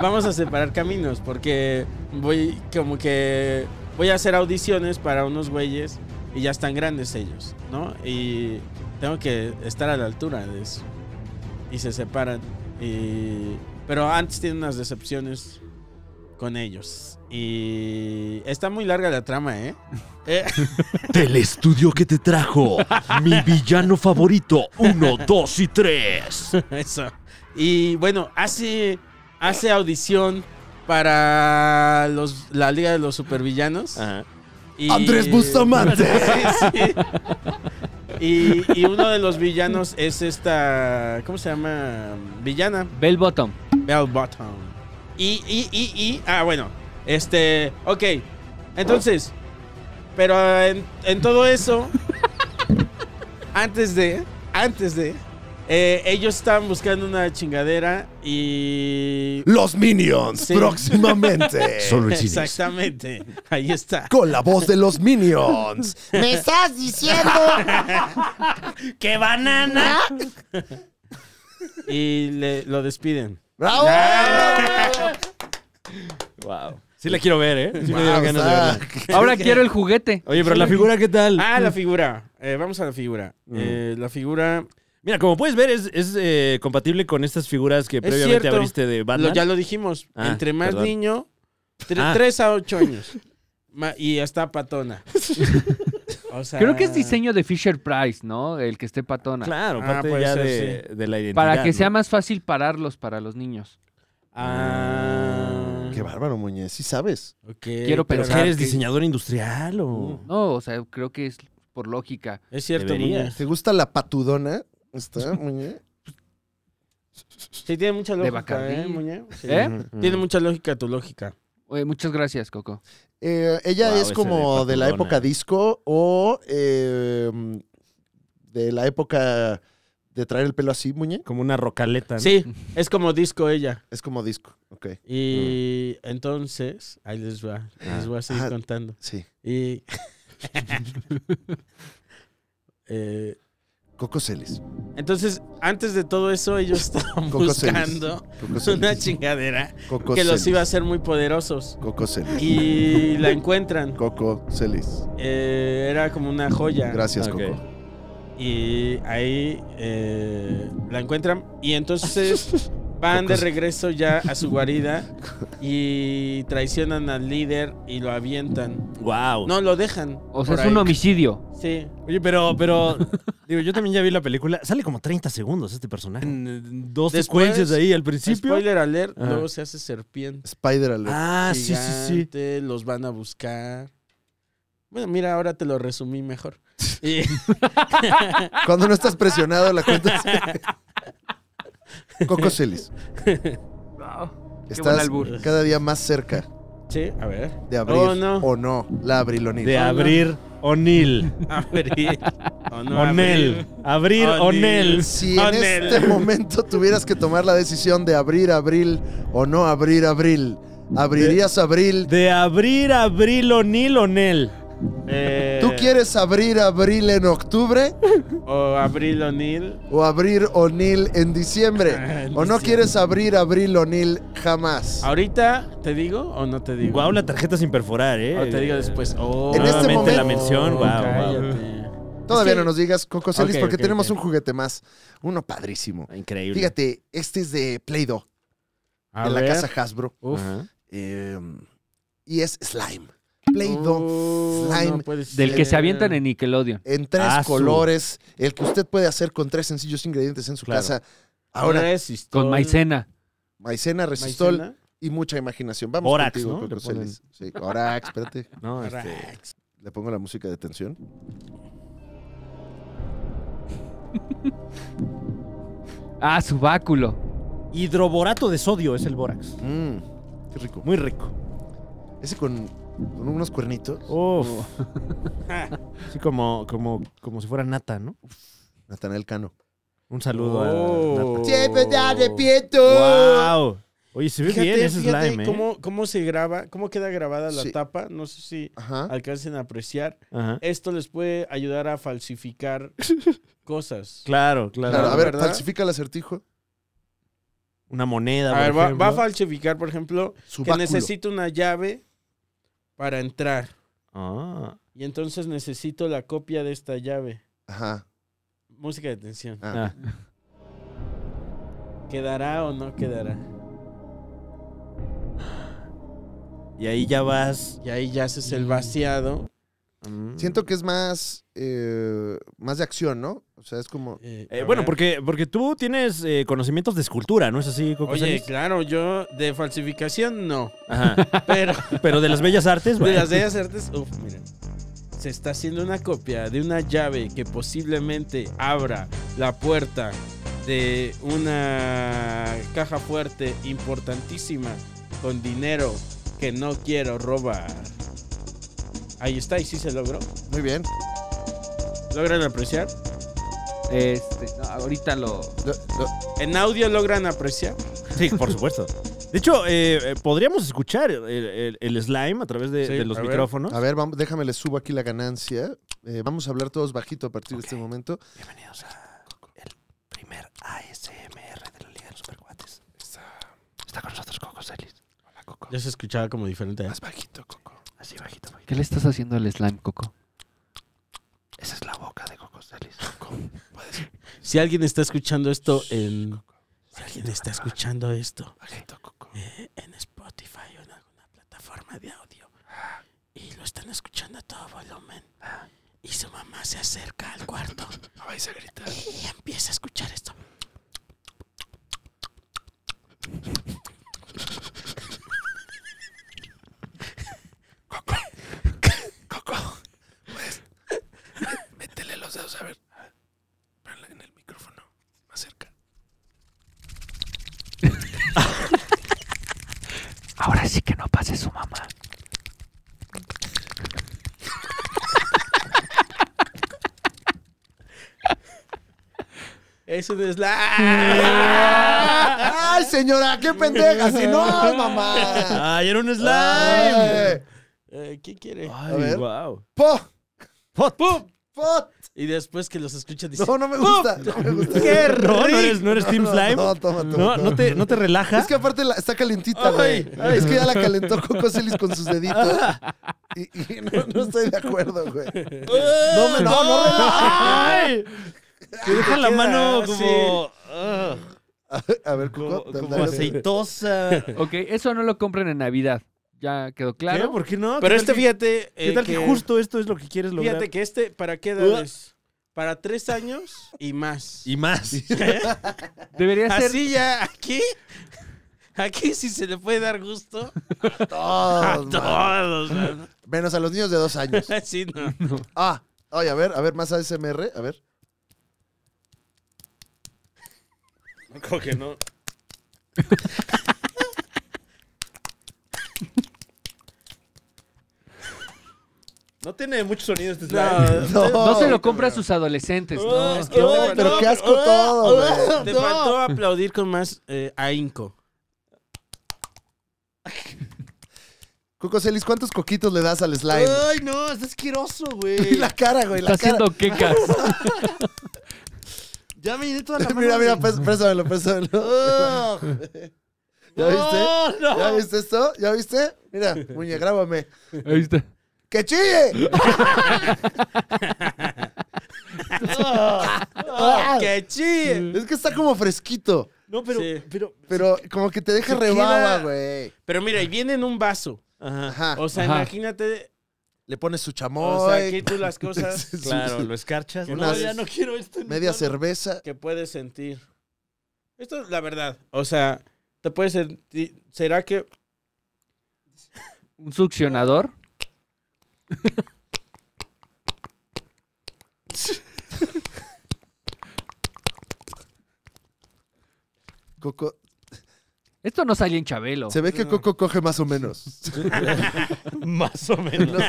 C: Vamos a separar caminos, porque voy. Como que. Voy a hacer audiciones para unos güeyes. Y ya están grandes ellos, ¿no? Y. Tengo que estar a la altura de eso. Y se separan. Y. Pero antes tienen unas decepciones con ellos. Y está muy larga la trama, ¿eh? Eh,
B: Del estudio que te trajo. Mi villano favorito. Uno, dos y tres.
C: Eso. Y bueno, hace, hace audición para los, la Liga de los Supervillanos.
B: Ah.
C: Y-
A: Andrés Bustamante.
C: Sí, sí. Y, y uno de los villanos es esta. ¿Cómo se llama? Villana.
D: Bell Bottom.
C: Bell Bottom. Y, y, y, y. Ah, bueno. Este. Ok. Entonces. Pero en, en todo eso. antes de. Antes de. eh, ellos estaban buscando una chingadera y.
A: Los Minions,
C: Sí.
A: próximamente.
F: Solo en cines.
C: Exactamente. Ahí está.
A: Con la voz de los Minions.
E: Me estás diciendo.
B: ¡Qué banana!
C: Y le, lo despiden.
A: ¡Bravo!
B: Wow. Sí la quiero ver, ¿eh? Sí me
A: Wow,
B: dieron ganas de
A: está-
B: verla.
D: Ahora quiero el juguete.
B: Oye, pero la figura, Mm. ¿qué tal?
C: Ah, la figura. Eh, vamos a la figura. Eh, la figura.
B: Mira, como puedes ver, es, es, eh, compatible con estas figuras que
C: Es
B: previamente
C: cierto.
B: abriste de Batman.
C: Lo- ya lo dijimos.
B: Ah,
C: entre más
B: perdón.
C: niño,
B: Ah.
C: 3 a 8 años. Ma- y hasta patona. O sea-
D: Creo que es diseño de Fisher Price, ¿no? El que esté patona.
B: Claro,
C: Ah,
B: parte
C: puede
B: ya
C: ser,
B: de, de la identidad.
D: Para que
B: ¿no?
D: sea más fácil pararlos para los niños.
C: Ah.
A: Qué bárbaro, Muñez. Sí sabes.
C: Ok,
D: Quiero
C: pero-
B: ¿Pero qué eres
D: que-
B: diseñador industrial o...?
D: No, o sea, creo que es por lógica.
C: Es cierto,
B: Deberías.
C: Muñoz.
A: ¿Te gusta la patudona? ¿Está, Muñe?
C: Sí, tiene mucha lógica,
D: Bacardí.
C: ¿eh, Muñe? Sí.
D: ¿Eh?
B: Mm,
C: Tiene mucha lógica tu lógica.
D: Oye, muchas gracias, Coco.
A: Eh, ella
B: Wow,
A: es
B: ese
A: como
B: de
A: de, la
B: papelona.
A: época disco o eh, de la época de traer el pelo así, muñe.
B: Como una rocaleta. ¿no?
C: Sí, es como disco ella.
A: Es como disco, ok.
C: Y entonces, ahí les va, les voy a seguir
A: Ah.
C: contando.
A: Sí.
C: Y... Eh,
A: Coco Celis.
C: entonces, antes de todo eso, ellos estaban
A: Coco Celis.
C: buscando
A: Coco
C: una
A: Celis.
C: chingadera
A: Coco
C: que los
A: Celis.
C: iba a hacer muy poderosos.
A: Coco Celis.
C: Y la encuentran.
A: Coco Celis.
C: Eh, era como una joya.
A: Gracias,
B: Ok.
A: Coco.
C: Y ahí eh, la encuentran. Y entonces van de regreso ya a su guarida. Y traicionan al líder y lo avientan.
B: Wow.
C: No, lo dejan.
D: O sea,
C: por
D: es un
C: ahí.
D: homicidio.
C: Sí.
B: Oye, pero, pero, digo, yo también ya vi la película. Sale como 30 segundos este personaje. dos
C: Después-
B: secuencias ahí al principio.
C: Spoiler alert,
B: Ajá.
C: luego se hace serpiente.
A: Spider Alert.
B: Ah, sí, sí, sí.
C: gigante, Los van a buscar. Bueno, mira, ahora te lo resumí mejor. Y-
A: Cuando no estás presionado, la cuenta es- Coco Celis.
D: buen
A: Estás
D: albur.
A: cada día más cerca
C: sí, a ver.
A: de abrir
C: Oh, no.
A: o no la abrilonil.
B: De abrir O'Neill.
C: Abrir. O no
B: O'Neill. Abrir
C: O'Neill.
B: O'Neill.
A: Si en
C: Anel.
A: este momento tuvieras que tomar la decisión de abrir abril o no abrir abril, ¿abrirías abril?
B: De abrir Abril O'Neill O'Neill.
C: Eh,
A: ¿Tú quieres abrir abril en octubre
C: O Abril O'Neill.
A: o abrir O'Neill en diciembre?
C: En
A: ¿O no
C: diciembre.
A: quieres abrir abril O'Neill jamás?
C: ¿Ahorita te digo o no te digo?
B: Wow, la tarjeta sin perforar, ¿eh?
C: O te digo después. Oh,
A: En este
B: Nuevamente la
A: momento-
B: mención. Wow,
C: cállate.
A: Todavía
C: Es que-
A: no nos digas Coco Celis
C: Ok,
A: porque
C: ok,
A: tenemos
C: ok.
A: un juguete más, uno padrísimo.
B: Increíble.
A: Fíjate, este es de Play-Doh,
C: A
A: de la
C: ver.
A: casa Hasbro.
C: Uf.
A: Eh, y es slime. Play-Doh,
C: Uh,
A: slime,
C: no puede
D: Del que
C: ser.
D: se avientan en Nickelodeon.
A: en tres
B: Ah, su.
A: colores, el que usted puede hacer con tres sencillos ingredientes en su
B: Claro.
A: casa. Ahora,
C: Resistol.
D: Con maicena.
A: maicena, resistol
C: Eh, Maicena.
A: y mucha imaginación. Vamos
B: Orax,
A: contigo,
B: ¿no?
A: Coco
B: Le ponen.
A: Celis. Sí, Orax, espérate.
B: No, este-
C: Rax.
A: Le pongo la música de tensión.
D: Ah, su báculo.
B: Hidroborato de sodio es el bórax.
A: Mm, qué rico.
B: Muy rico. Oh.
A: Ese con, con unos cuernitos.
C: Oh.
B: Uf. Así como, como, como si fuera nata, ¿no?
A: Natanael Cano.
B: Un saludo a
C: Oh.
B: nata.
A: Siempre te arrepiento.
B: ¡Wow! Oye, se ve
C: Fíjate,
B: bien ese
C: fíjate
B: slime, ¿eh?
C: cómo, cómo se graba, cómo queda grabada la
A: Sí.
C: tapa. No sé si
A: Ajá.
C: alcancen a apreciar.
B: Ajá.
C: Esto les puede ayudar a falsificar cosas.
B: Claro, claro.
A: Claro, a ver,
C: ¿verdad?
A: falsifica el acertijo.
B: Una moneda,
C: A ver,
B: por
C: va, va a
B: ejemplo.
C: falsificar, por ejemplo,
A: Su
C: que
A: báculo.
C: necesito una llave para entrar.
B: Ah.
C: Y entonces necesito la copia de esta llave.
A: Ajá.
C: Música de tensión.
A: Ah.
B: Ah.
C: ¿Quedará o no quedará?
B: Y ahí ya vas. Mm.
C: Y ahí ya haces el vaciado.
A: Siento que es más, eh, más de acción, ¿no? O sea, es como.
C: Eh,
B: Eh,
C: a
B: bueno,
C: ver.
B: porque, porque tú tienes eh, conocimientos de escultura, ¿no es así, Coco
C: Oye,
B: Celis?
C: claro, yo de falsificación no.
B: Ajá.
C: Pero
B: Pero de las bellas artes,
C: de
B: bueno.
C: las bellas artes, uf, mira. Se está haciendo una copia de una llave que posiblemente abra la puerta de una caja fuerte importantísima con dinero que no quiero robar. Ahí está, y sí se logró.
A: Muy bien.
C: ¿Logran apreciar?
D: Este, no, ahorita lo.
A: Lo- lo-
C: En audio logran apreciar.
B: Sí, por supuesto. De hecho, eh, eh, podríamos escuchar el, el- el slime a través de,
C: Sí,
B: de los
C: a ver.
B: micrófonos.
A: a ver, Ah. vamos, déjame le subo aquí la ganancia. Eh, vamos a hablar todos bajito a partir de este momento.
B: Bienvenidos a el primer ASMR de la Liga de los Supercuates. Está con nosotros Coco Celis. Hola, Coco.
C: Ya se escuchaba como diferente. ¿eh?
A: Más bajito, Coco.
B: Así bajito, bajito.
D: ¿Qué le estás haciendo al slime, Coco?
B: Esa es la boca de Coco Celis.
C: Si alguien está escuchando esto en. Si alguien está escuchando esto eh, en Spotify o en alguna plataforma de audio y lo están escuchando a todo volumen y su mamá se acerca al cuarto
A: vais a gritar.
C: Ah, y empieza a escuchar esto.
A: Métele los dedos, a ver. en el micrófono. Más cerca.
D: Así que no pase su mamá.
C: Es un slime.
A: ¡Ay, señora! ¡Qué pendeja! Si no, mamá.
B: ¡Ay, era un slime!
A: Ay.
C: Eh, ¿Qué quiere?
B: Ay,
A: A ver.
B: wow.
A: ¡Po!
B: Pot.
A: ¡Po!
C: Y después que los escucha dice,
A: No, no me gusta. No me gusta.
B: ¡Qué error! ¿No eres, no eres Team
A: No,
B: Slime?
A: No, toma, toma,
B: No,
A: toma.
B: no te, no te relaja.
A: Es que aparte la- está calentita, güey. Es que ya la calentó Coco Celis con sus deditos. Y, y no, no estoy de acuerdo, güey. No me no, no relaja.
B: ¡Ay! Te deja la
C: queda
B: mano
C: así.
B: como. ah,
A: A ver,
B: como,
A: Coco.
B: como
A: dale, dale.
B: aceitosa.
D: Ok, eso no lo compren en Navidad. Ya quedó claro.
B: ¿Qué? ¿Por qué no?
C: pero
B: ¿Qué
C: este
B: tal que-
C: fíjate...
B: ¿Qué
C: eh,
B: tal que
C: que-
B: justo esto es lo que quieres lograr?
C: Fíjate que este, ¿para qué
B: Uh.
C: edad es? Para tres años y más.
B: Y más.
D: Debería ser.
C: Así ya, aquí... Aquí sí se le puede dar gusto a
A: Todos, man.
C: todos. ¿no?
A: Menos a los niños de dos años.
C: Así no.
A: Ah, oye, a ver, a ver, más ASMR, a ver.
C: Como que no.
B: No tiene mucho sonido este
A: No,
D: No se lo compra a sus adolescentes. No,
C: es
A: que- Ay, pero qué asco todo, güey.
C: Te faltó aplaudir con más eh, ahínco.
A: Coco Celis, ¿cuántos coquitos le das al slime?
B: Ay, no, es asqueroso,
A: Y
B: güey.
A: la cara, güey,
D: está
A: la cara.
D: haciendo quecas.
B: Ya me llené toda la mano.
A: Mira, mira,
B: de-
A: pres- préstamelo, préstamelo.
B: Ah.
A: ¿Ya viste?
B: No, no.
A: ¿Ya viste esto? ¿Ya viste? Mira, muñe, grábame.
D: Ahí está.
A: ¡Que chille! ah.
C: ¡Qué chido!
A: Es que está como fresquito,
B: No, pero,
C: Sí.
B: pero.
A: pero como que te deja
C: Se
A: rebaba,
C: queda-
A: güey.
C: Pero mira, y viene en un vaso.
A: Ajá.
C: O sea,
D: Ajá.
C: imagínate.
A: Le pones su chamoy,
C: O sea, aquí tú las cosas.
A: Sí, sí,
B: Claro,
A: sí.
B: lo escarchas.
C: Que
B: No,
A: Unas-
B: ya no quiero esto. en mi
A: media
B: mano.
A: cerveza.
C: que puedes sentir. Esto es la verdad. O sea, te puedes sentir. ¿Será que.?
D: Un succionador.
A: Coco,
D: Esto no sale en Chabelo.
A: se ve que Coco coge más o menos.
B: Más o menos.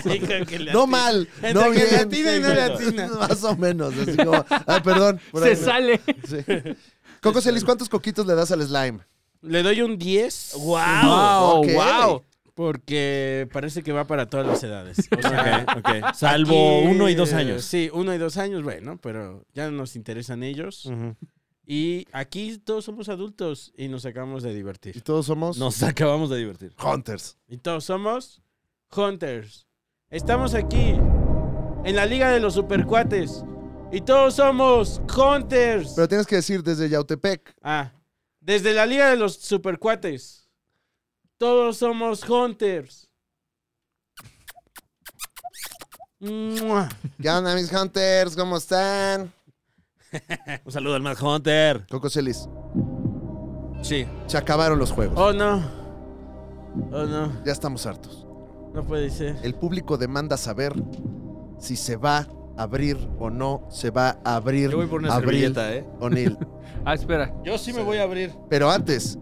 A: No mal,
C: Entre
A: no
C: que
A: bien.
C: le atina y no le atina.
A: Más o menos, así como, ah, perdón. por
D: Se
A: ahí.
D: sale.
A: Sí. Coco Celis, ¿cuántos coquitos le das al slime?
C: Le doy un 10.
D: Wow,
A: Ok.
D: wow.
C: Porque parece que va para todas las edades. O sea,
B: Salvo
C: aquí-
B: uno y dos años.
C: Sí, uno y dos años, bueno, pero ya nos interesan ellos. Y aquí todos somos adultos y nos acabamos de
A: Y
C: divertir.
A: todos somos
B: Nos acabamos de divertir.
A: hunters.
C: Y todos somos Hunters. Estamos aquí en la Liga de los Supercuates. Y todos somos Hunters.
A: Pero tienes que decir desde Yautepec.
C: Ah, desde la Liga de los Supercuates. Todos somos Hunters. Mua.
A: ¿Qué onda, mis hunters? ¿Cómo están?
B: Un saludo al Mad Hunter.
A: Coco Celis,
C: Sí.
A: se acabaron los juegos.
C: Oh no. Oh no.
A: Ya estamos hartos.
C: No puede ser.
A: El público demanda saber si se va a abrir o no se va a abrir.
B: Yo voy por una
A: Abril
B: servilleta, ¿eh?
A: O'Neil.
D: Ah, espera.
C: Yo sí me voy a abrir.
A: Pero antes,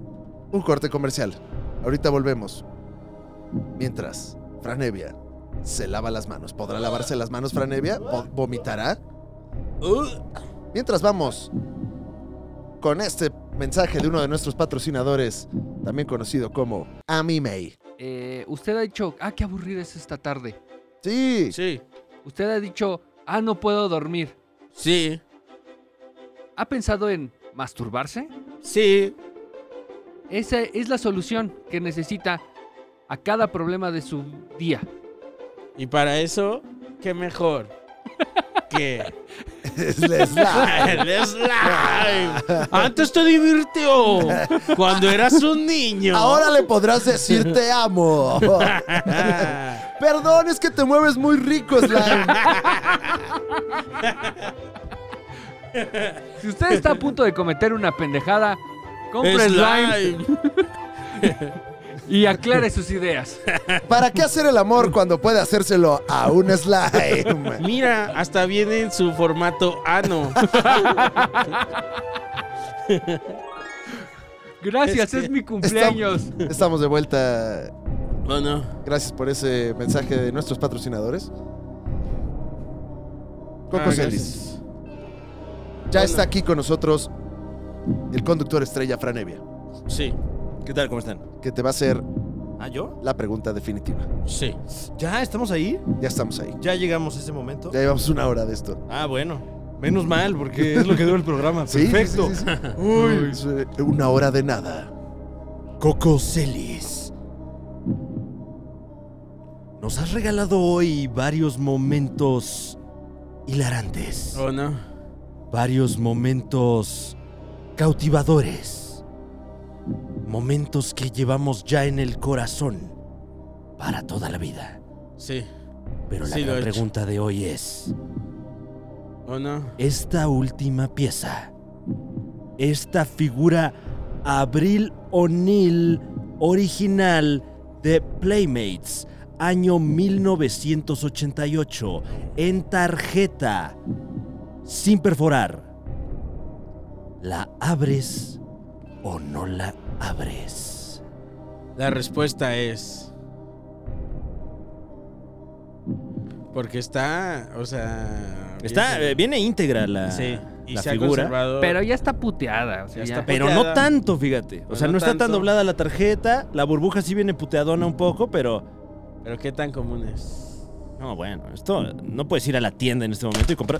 A: un corte comercial. Ahorita volvemos. Mientras, Franevia se lava las manos. ¿Podrá lavarse las manos Franevia? ¿Vo- ¿Vomitará? Mientras vamos con este mensaje de uno de nuestros patrocinadores, también conocido como Amimei.
D: Eh, usted ha dicho, ah, qué aburrida es esta tarde.
A: Sí,
C: Sí.
D: Usted ha dicho, ah, no puedo dormir.
C: Sí.
D: ¿Ha pensado en masturbarse?
C: Sí.
D: Esa es la solución que necesita a cada problema de su día.
C: Y para eso, qué mejor que
A: es la- es la-
C: el slime. Antes te divirtió cuando eras un niño.
A: Ahora le podrás decir te amo.
C: Ah,
A: Perdón, es que te mueves muy rico, Slime.
D: Si usted está a punto de cometer una pendejada, compre slime
C: slime.
D: y aclare sus ideas.
A: ¿Para qué hacer el amor cuando puede hacérselo a un slime?
C: Mira, hasta viene en su formato ano.
D: Gracias,
C: Es que
D: es mi cumpleaños.
A: Estamos de vuelta
C: Oh, no.
A: Gracias por ese mensaje de nuestros patrocinadores. Coco
C: Ah,
A: Celis.
C: gracias.
A: Ya
C: Bueno.
A: está aquí con nosotros el conductor estrella Franevia,
C: Sí,
B: ¿Qué tal? ¿Cómo están?
A: que te va a hacer
B: ¿Ah, yo?
A: la pregunta definitiva.
C: sí.
B: ¿Ya estamos ahí?
A: Ya estamos ahí.
B: ¿Ya llegamos a ese momento?
A: Ya llevamos una hora de esto.
B: Ah, bueno. Menos mal, porque es lo que dura el programa.
A: Sí, sí,
B: Ah, Perfecto.
A: sí, sí, sí.
B: Uy.
A: Es, eh, Una hora de nada.
B: Coco Celis. Nos has regalado hoy varios momentos hilarantes.
C: Oh, no.
B: varios momentos cautivadores. Momentos que llevamos ya en el corazón para toda la vida.
C: Sí.
B: Pero la
C: Sí, lo
B: gran
C: he hecho.
B: pregunta de hoy es,
C: Oh, no.
B: esta última pieza, esta figura Abril O'Neill original de Playmates, año 1988, en tarjeta, sin perforar. ¿La abres o no la abres?
C: La respuesta es. Porque está, o sea.
B: Está, eh,
C: bien-
B: viene íntegra la,
C: Sí, y
B: la
C: se ha
B: figura.
C: conservado.
D: Pero ya está puteada. O sea,
C: Ya
D: ya.
C: está pe-
B: Pero no
C: Puteada.
B: tanto, fíjate. O
C: Pero
B: sea, no,
C: no
B: está tan
C: tanto.
B: doblada la tarjeta. La burbuja sí viene puteadona un poco, pero.
C: Pero qué tan común es.
B: No, bueno, esto. No puedes ir a la tienda en este momento y comprar.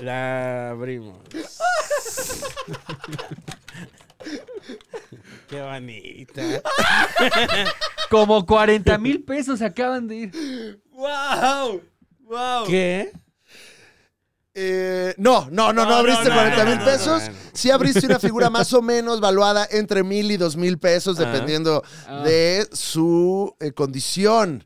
C: La abrimos. qué bonita.
D: Como 40 mil pesos acaban de ir.
B: ¡Wow!
C: Oh,
B: ¡Wow!
C: ¿Qué?
A: Eh, no, no, no, no,
C: No,
A: abriste
C: no, no,
A: 40 mil
C: no, no,
A: pesos.
C: no, no.
A: Sí abriste una figura más o menos valuada entre mil y dos mil pesos, dependiendo
D: Ah.
A: de su eh, condición.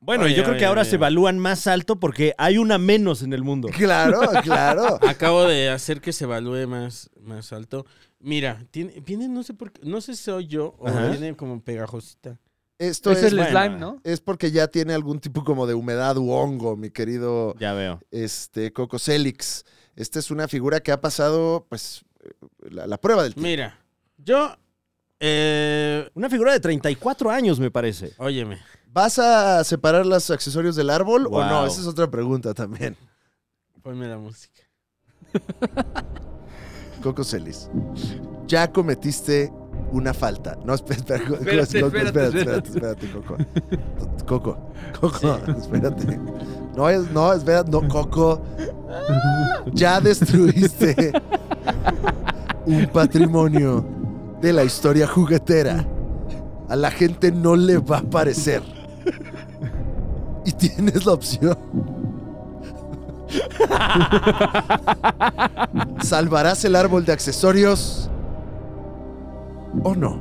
B: Bueno,
C: Oye,
B: yo creo que
C: oye,
B: ahora
C: oye.
B: se evalúan más alto porque hay una menos en el mundo.
A: Claro, claro.
C: Acabo de hacer que se evalúe más, más alto. Mira, tiene, viene, no sé por qué, no sé si soy yo o
B: Ajá.
C: viene como pegajosita.
A: Esto
D: Ese
A: es,
D: Pues es el
B: bueno.
D: slime, ¿no?
A: es porque ya tiene algún tipo como de humedad u hongo, mi querido
B: Ya veo.
A: este, Coco Celix. Esta es una figura que ha pasado, pues, eh, la, la prueba del tiempo.
C: Mira, yo, eh,
B: Una figura de 34 años, me parece.
C: óyeme,
A: ¿Vas a separar los accesorios del árbol o no?
B: Wow.
A: Esa es otra pregunta también,
C: ponme la música.
A: Coco Celis. Ya cometiste una falta. No, espera, espera, Coco,
D: Espérate,
A: Coco, espérate,
D: espérate,
A: espérate, espérate, Coco. Coco, Coco, espérate. No, es, no, espérate, no, Coco. Ya destruiste un patrimonio de la historia juguetera. A la gente no le va a parecer. Y tienes la opción. ¿Salvarás el árbol de accesorios o no?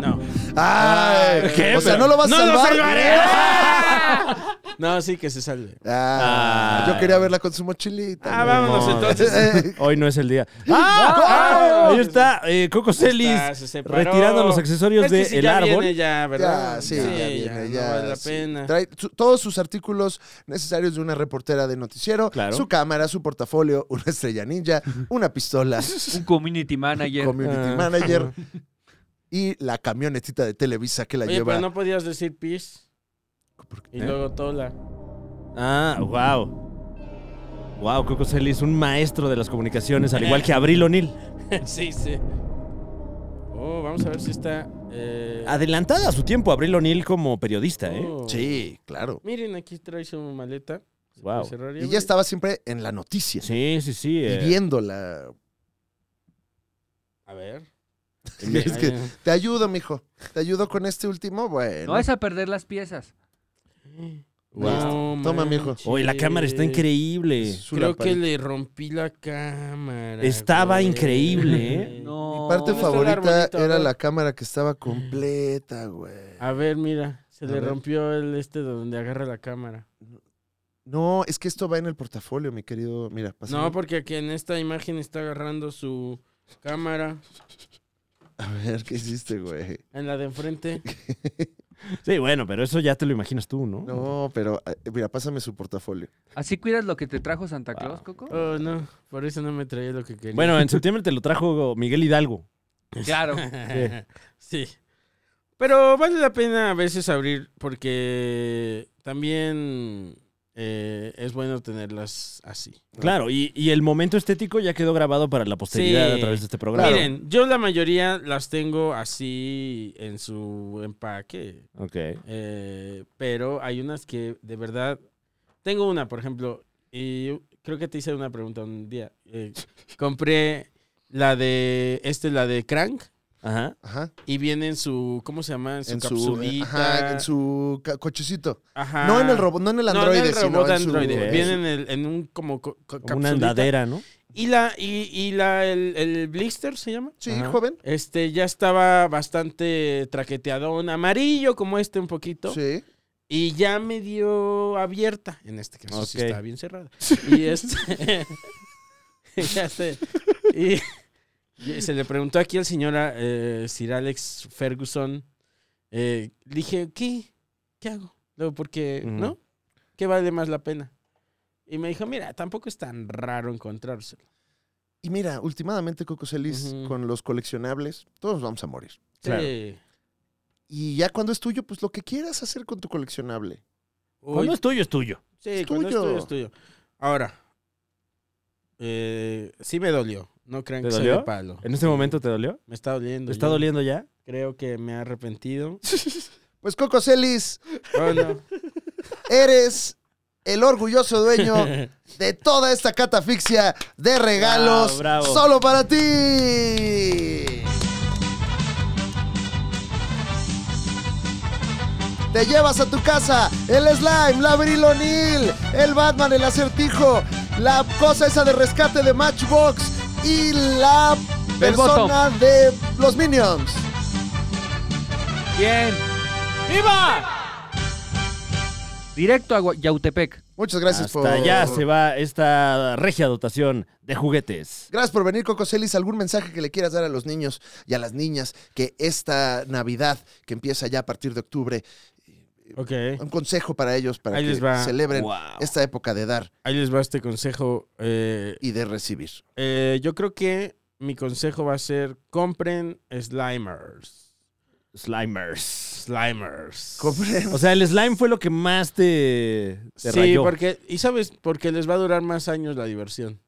C: No.
A: ¡Ay!
B: ¿qué?
A: Ah, O sea,
B: Pero-
A: ¿no lo vas a
C: ¡No lo
A: salvar?
C: No, sí que se salve.
A: Ah,
B: Ay.
A: Yo quería verla con su mochilita.
C: Ah,
A: güey.
C: vámonos entonces.
A: Eh,
B: Hoy no es el día. Ah,
A: ¡Ah!
B: Ahí está eh, Coco Celis
C: Ah, se separó.
B: retirando los accesorios
C: Es que
B: del
C: sí, ya
B: árbol.
C: viene ya, ¿verdad?
A: Ya, sí, ya viene, ya.
C: No vale la
A: sí.
C: pena.
A: Trae su- todos sus artículos necesarios de una reportera de noticiero,
B: Claro.
A: su cámara, su portafolio, una estrella ninja, una pistola,
D: Un community manager.
A: community
C: Ah.
A: manager y la camionetita de Televisa que la
C: Oye,
A: lleva.
C: pero no podías decir pis y luego tola.
B: Ah, wow. Wow, Coco Celis, un maestro de las comunicaciones,
C: Eh.
B: al igual que Abril O'Neill.
C: sí, sí. Oh, vamos a ver si está. eh,
B: Adelantada a su tiempo, Abril O'Neill como periodista, ¿eh?
C: oh.
A: Sí, claro.
C: Miren, aquí trae su maleta. Se
B: Wow.
C: puede cerrar
A: Y
C: abrir.
A: ya estaba siempre en la noticia,
B: Sí, sí, sí. eh.
A: viviéndola.
C: A ver.
A: Es que-
C: Ahí-
A: Te ayudo, mijo. Te ayudo con este último. Bueno.
D: No vas a perder las piezas.
C: No
A: Toma, mijo.
B: Oye, la cámara está
C: manches.
B: increíble.
A: su
C: Creo
A: lamparita.
C: que le rompí la cámara.
B: Estaba
C: güey.
B: increíble, ¿eh?
D: No.
A: Mi parte
C: ¿Dónde está el
A: favorita
C: arbolito,
A: era
C: no?
A: la cámara que
C: Mm.
A: estaba completa, güey.
C: A ver, mira. Se
A: A
C: le
A: ver.
C: rompió el este donde agarra la cámara.
A: No, es que esto va en el portafolio, mi querido. Mira, pásame.
C: No, porque aquí en esta imagen está agarrando su cámara.
A: A ver, ¿qué hiciste, güey?
C: En la de enfrente.
B: Sí, bueno, pero eso ya te lo imaginas tú, ¿no?
A: No, pero eh, mira, pásame su portafolio.
D: ¿Así cuidas lo que te trajo Santa Claus, Coco?
C: Oh, no. Por eso no me traía lo que quería.
B: Bueno, en septiembre te lo trajo Miguel Hidalgo.
D: Claro.
C: eh. sí. Pero vale la pena a veces abrir porque también eh, es bueno tenerlas así.
B: Claro, y, y el momento estético ya quedó grabado para la posteridad
C: Sí.
B: a través de este programa.
C: Miren, yo la mayoría las tengo así en su empaque,
B: Ok.
C: eh, pero hay unas que de verdad... Tengo una, por ejemplo, y creo que te hice una pregunta un día. eh, compré la de... Este, la de Crank.
B: Ajá.
A: Ajá. eh,
C: Y viene en su, ¿cómo se llama? En su capsulita.
A: ajá, en su ca- cochecito.
C: Ajá.
A: No en el robot, no en el androide,
C: no, no el robot
A: sino en su-
C: androide.
A: en
C: Viene
A: su-
C: en, el- en un como, co-
B: Como
C: co-
B: Una
C: capsulita.
B: andadera, ¿no?
C: Y la, y, y la, el, el blister se llama.
A: Sí,
B: Ajá.
A: joven.
C: Este ya estaba bastante traqueteadón, amarillo como este un poquito.
A: Sí.
C: Y ya medio abierta. En este caso sí
B: Ok.
C: estaba bien cerrada. Y este. ya sé. Y, y se le preguntó aquí al señor eh, Sir Alex Ferguson. eh, dije, ¿qué? ¿Qué hago? Luego, porque,
B: Ujú.
C: ¿no? ¿Qué vale más la pena? Y me dijo, mira, tampoco es tan raro encontrárselo.
A: Y mira, últimamente, Coco Celis,
C: Ujú.
A: con los coleccionables, todos vamos a morir.
B: Claro.
C: Sí.
A: Y ya cuando es tuyo, pues lo que quieras hacer con tu coleccionable.
C: Hoy-
B: Cuando es tuyo, es tuyo.
C: Sí,
A: Es
C: cuando es
A: tuyo.
C: tuyo, es tuyo. Ahora, eh, sí me dolió. No crean
B: ¿Te
C: que soy de
B: dolió?
C: palo.
B: ¿En este momento te dolió?
C: Me está doliendo.
B: ¿Te está
C: yo
B: doliendo ya?
C: Creo que me ha arrepentido.
A: Pues Coco Celis,
C: Oh, no.
A: eres el orgulloso dueño de toda esta catafixia de regalos
B: Ah, Bravo, bravo.
A: solo para ti. Te llevas a tu casa el slime, la Abril O'Neil, el Batman, el acertijo, la cosa esa de rescate de Matchbox y la
D: El voto.
A: persona de los Minions.
D: Bien.
C: ¡Viva!
D: Directo a Gua- Yautepec.
A: Muchas gracias
B: Hasta
A: por.
B: allá se va esta regia dotación de juguetes.
A: Gracias por venir, Coco Celis. ¿Algún mensaje que le quieras dar a los niños y a las niñas que esta Navidad, que empieza ya a partir de octubre,
C: Ok,
A: un consejo para ellos para
C: Ahí
A: que
C: les va.
A: celebren
B: Wow.
A: esta época de dar
C: ahí les va este consejo. Eh,
A: y de recibir?
C: eh, yo creo que mi consejo va a ser compren Slimers.
B: Slimers.
C: Slimers.
A: Compren.
B: O sea, el slime fue lo que más te, te
C: Sí,
B: rayó.
C: porque, y sabes, porque les va a durar más años la diversión.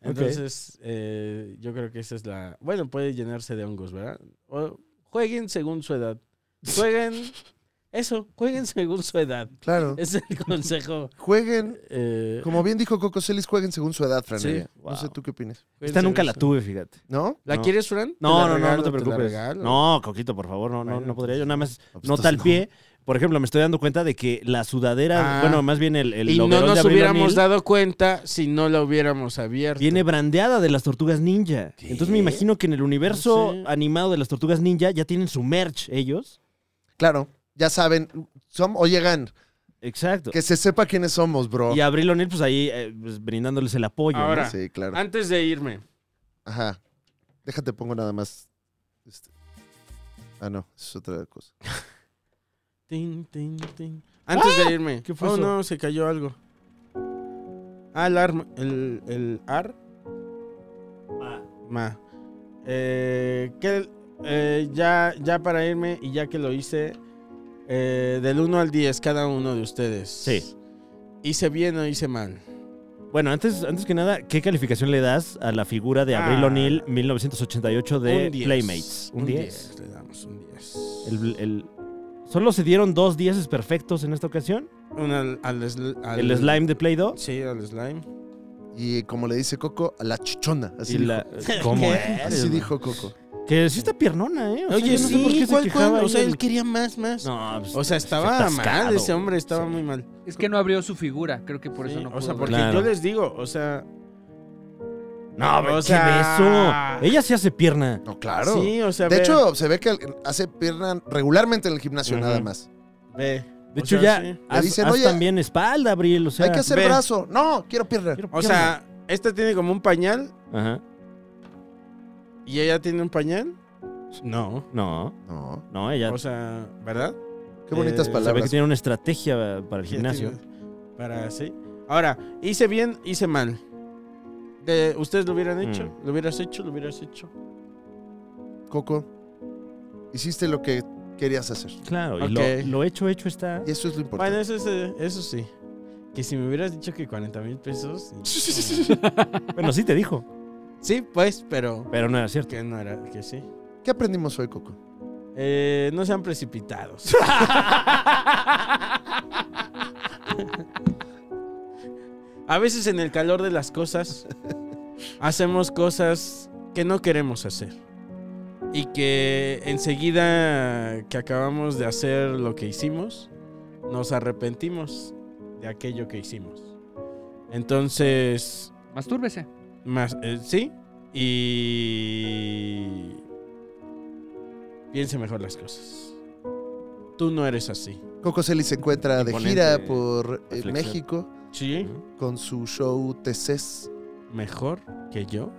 C: Entonces, eh, yo creo que esa es la. Bueno, puede llenarse de hongos, ¿verdad? O jueguen según su edad. Jueguen. Eso, jueguen según su edad.
A: Claro.
C: Es el consejo.
A: Eh, Jueguen,
C: eh,
A: como bien dijo Coco Celis, jueguen según su edad, Fran.
C: Sí.
A: Evia.
B: Wow.
A: No sé tú qué opinas.
C: jueguen
B: Esta nunca
C: según
B: la
C: su-
B: tuve, fíjate.
A: ¿No?
C: ¿La
B: No.
C: quieres, Fran?
B: No,
C: la
B: no, no, no
C: regalo,
B: te preocupes.
C: regalo.
B: no, Coquito, por favor, no, no,
C: Bueno,
B: no podría. Yo nada más
A: pues,
B: no tal
A: no.
B: pie. Por ejemplo, me estoy dando cuenta de que la sudadera,
C: Ah.
B: bueno, más bien el, el
C: Y no
B: overol de
C: nos
B: Abril
C: hubiéramos
B: O'Neil,
C: dado cuenta si no la hubiéramos abierto.
B: viene brandeada de las tortugas ninja. Entonces me imagino que en el universo
C: No sé.
B: animado de las tortugas ninja ya tienen su merch ellos.
A: Claro. Ya saben, son, o llegan,
B: Exacto.
A: que se sepa quiénes somos, bro.
B: Y Abril O'Neill, pues ahí eh, pues, brindándoles el apoyo. ¿no?
C: Ahora. Ah.
A: Sí, claro.
C: Antes de irme.
A: Ajá. Déjate, pongo nada más. este. Ah, no, es otra cosa.
C: Tin, tin, tin. Antes de irme.
B: ¿Qué fue
C: Oh,
B: eso?
C: no, se cayó algo. Ah, el ar. El, el ar. Ma. Eh, que, eh, ya, ya para irme y ya que lo hice, eh, del 1 al 10, cada uno de ustedes.
B: Sí.
C: ¿Hice bien o hice mal?
B: Bueno, antes, antes que nada, ¿qué calificación le das a la figura de Abril
C: Ah.
B: O'Neill 1988 de
C: Un 10.
B: Playmates?
C: Un
B: Un
C: 10.
B: 10.
C: Le damos un 10.
B: El- el- ¿Solo se dieron dos 10 perfectos en esta ocasión?
C: Un al, al sl- al-
B: el slime de Play 2
C: Sí, al slime.
A: Y como le dice Coco, a la chichona. Así
B: y
A: dijo.
B: la... ¿Cómo eres,
A: Así
B: man?
A: dijo Coco.
B: Que sí está piernona, ¿eh? O sea,
C: Oye,
B: yo no sé
C: sí,
B: por qué se
C: ¿cuál,
B: quejaba
C: cuál?
B: ahí
C: O sea,
B: del-
C: él quería más, más.
B: No, pues,
C: O sea, estaba
B: atascado,
C: mal ese hombre,
B: güey.
C: estaba
B: Sí.
C: muy mal.
D: Es que no abrió su figura. Creo que por eso
C: Sí,
D: no
C: O sea,
D: pudo
C: porque
D: ver.
B: Claro.
C: yo les digo, o sea,
B: No,
C: O
B: pero
C: sea-
B: ¿qué beso? Ella sí hace pierna.
A: No, claro.
C: sí, o sea,
A: de
C: ve,
A: hecho, se ve que hace pierna regularmente en el gimnasio
C: Ujú.
A: nada más.
C: ve.
B: De
C: O
B: hecho,
C: sea,
B: ya
C: sí.
B: haz,
A: Le dicen,
B: haz
A: "Oye,
B: también espalda, Abril. O sea,
A: Hay que hacer
C: ve.
A: brazo. No, quiero pierna.
B: quiero
C: O este
B: pierna.
C: sea, esta tiene como un pañal
B: Ajá.
C: ¿Y ella tiene un pañal? No.
B: No,
A: No.
B: no, ella.
C: O sea, ¿verdad?
A: Qué bonitas
C: Eh,
B: se ve que
A: palabras.
B: tiene una estrategia para el gimnasio.
C: Para sí. Ahora, hice bien, hice mal. De- ¿Ustedes lo hubieran hecho? ¿Lo hubieras hecho? ¿Lo hubieras hecho?
A: Coco, hiciste lo que querías hacer.
B: Claro, y
C: Ok.
B: lo, lo hecho, hecho está.
A: Y eso es lo
C: Bueno,
A: importante.
C: eso, es, eh, eso sí. Que si me hubieras dicho que 40 mil pesos. y-
B: Bueno, sí te dijo,
C: sí, pues, pero.
B: pero no era cierto.
C: Que no era, que sí.
A: ¿Qué aprendimos hoy, Coco?
C: Eh, no sean precipitados. A veces en el calor de las cosas hacemos cosas que no queremos hacer. Y que enseguida que acabamos de hacer lo que hicimos, nos arrepentimos de aquello que hicimos. Entonces,
D: Mastúrbese.
C: más, eh, sí. Y. Piense mejor las cosas. Tú no eres así.
A: Coco Celis se encuentra de
B: Imponente
A: gira por eh,
B: reflexión.
A: México
C: Sí.
A: con su show TCs.
C: Mejor que yo.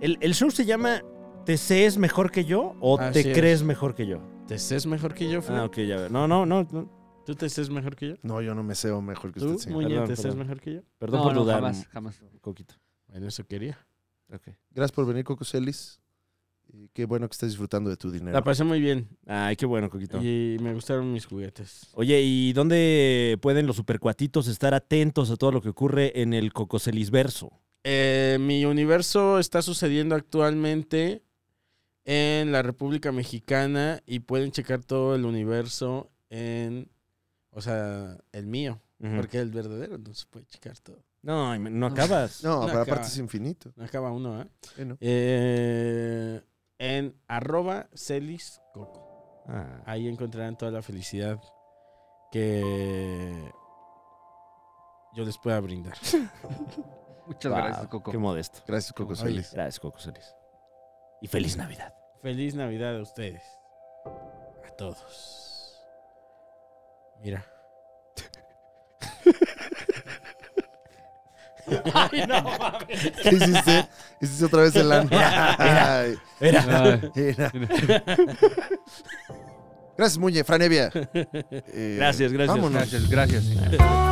B: El, el show se llama ¿Te sé es mejor que yo o
C: Así
B: te
C: es.
B: crees mejor que yo?
C: ¿Te estés mejor que yo, Fran?
B: Ah, ok, ya veo. No, no, no. no.
C: ¿Tú te estés mejor que yo?
A: No, yo no me sé o mejor que
C: ¿Tú,
A: usted. sí.
C: Muñe,
B: Perdón,
C: te estés
B: perdón.
C: mejor que yo?
B: Perdón
D: No,
B: por
D: no,
B: dudar.
D: jamás, jamás.
B: un Coquito.
C: Bueno, eso quería.
A: Gracias por venir, Coco Celis. Y qué bueno que estés disfrutando de tu dinero.
C: La pasé muy bien.
B: Ay, qué bueno, Coquito.
C: Y me gustaron mis juguetes.
B: Oye, ¿y dónde pueden los supercuatitos estar atentos a todo lo que ocurre en el Cocoselisverso?
C: Eh, mi universo está sucediendo actualmente en la República Mexicana y pueden checar todo el universo en. O sea, el mío. Porque el verdadero no se puede checar todo.
B: No, ay, no acabas.
A: No,
C: No,
A: pero
C: acaba.
A: aparte es infinito.
C: No acaba uno, ¿eh?
A: Eh, no.
C: Eh, en arroba celis coco.
B: Ah.
C: Ahí encontrarán toda la felicidad que yo les pueda brindar.
D: Muchas
B: Wow,
D: gracias, Coco.
B: Qué modesto.
A: Gracias, Coco
C: Oye.
A: Celis.
B: Gracias, Coco Celis. Y feliz Navidad.
C: Feliz Navidad a ustedes. A todos. Mira.
A: ¿Qué hiciste? Hiciste otra vez el ano. Ay,
D: Ay,
A: era. Gracias, Muñe, Franevia. Eh,
B: Gracias, gracias.
A: Vámonos.
D: gracias, gracias.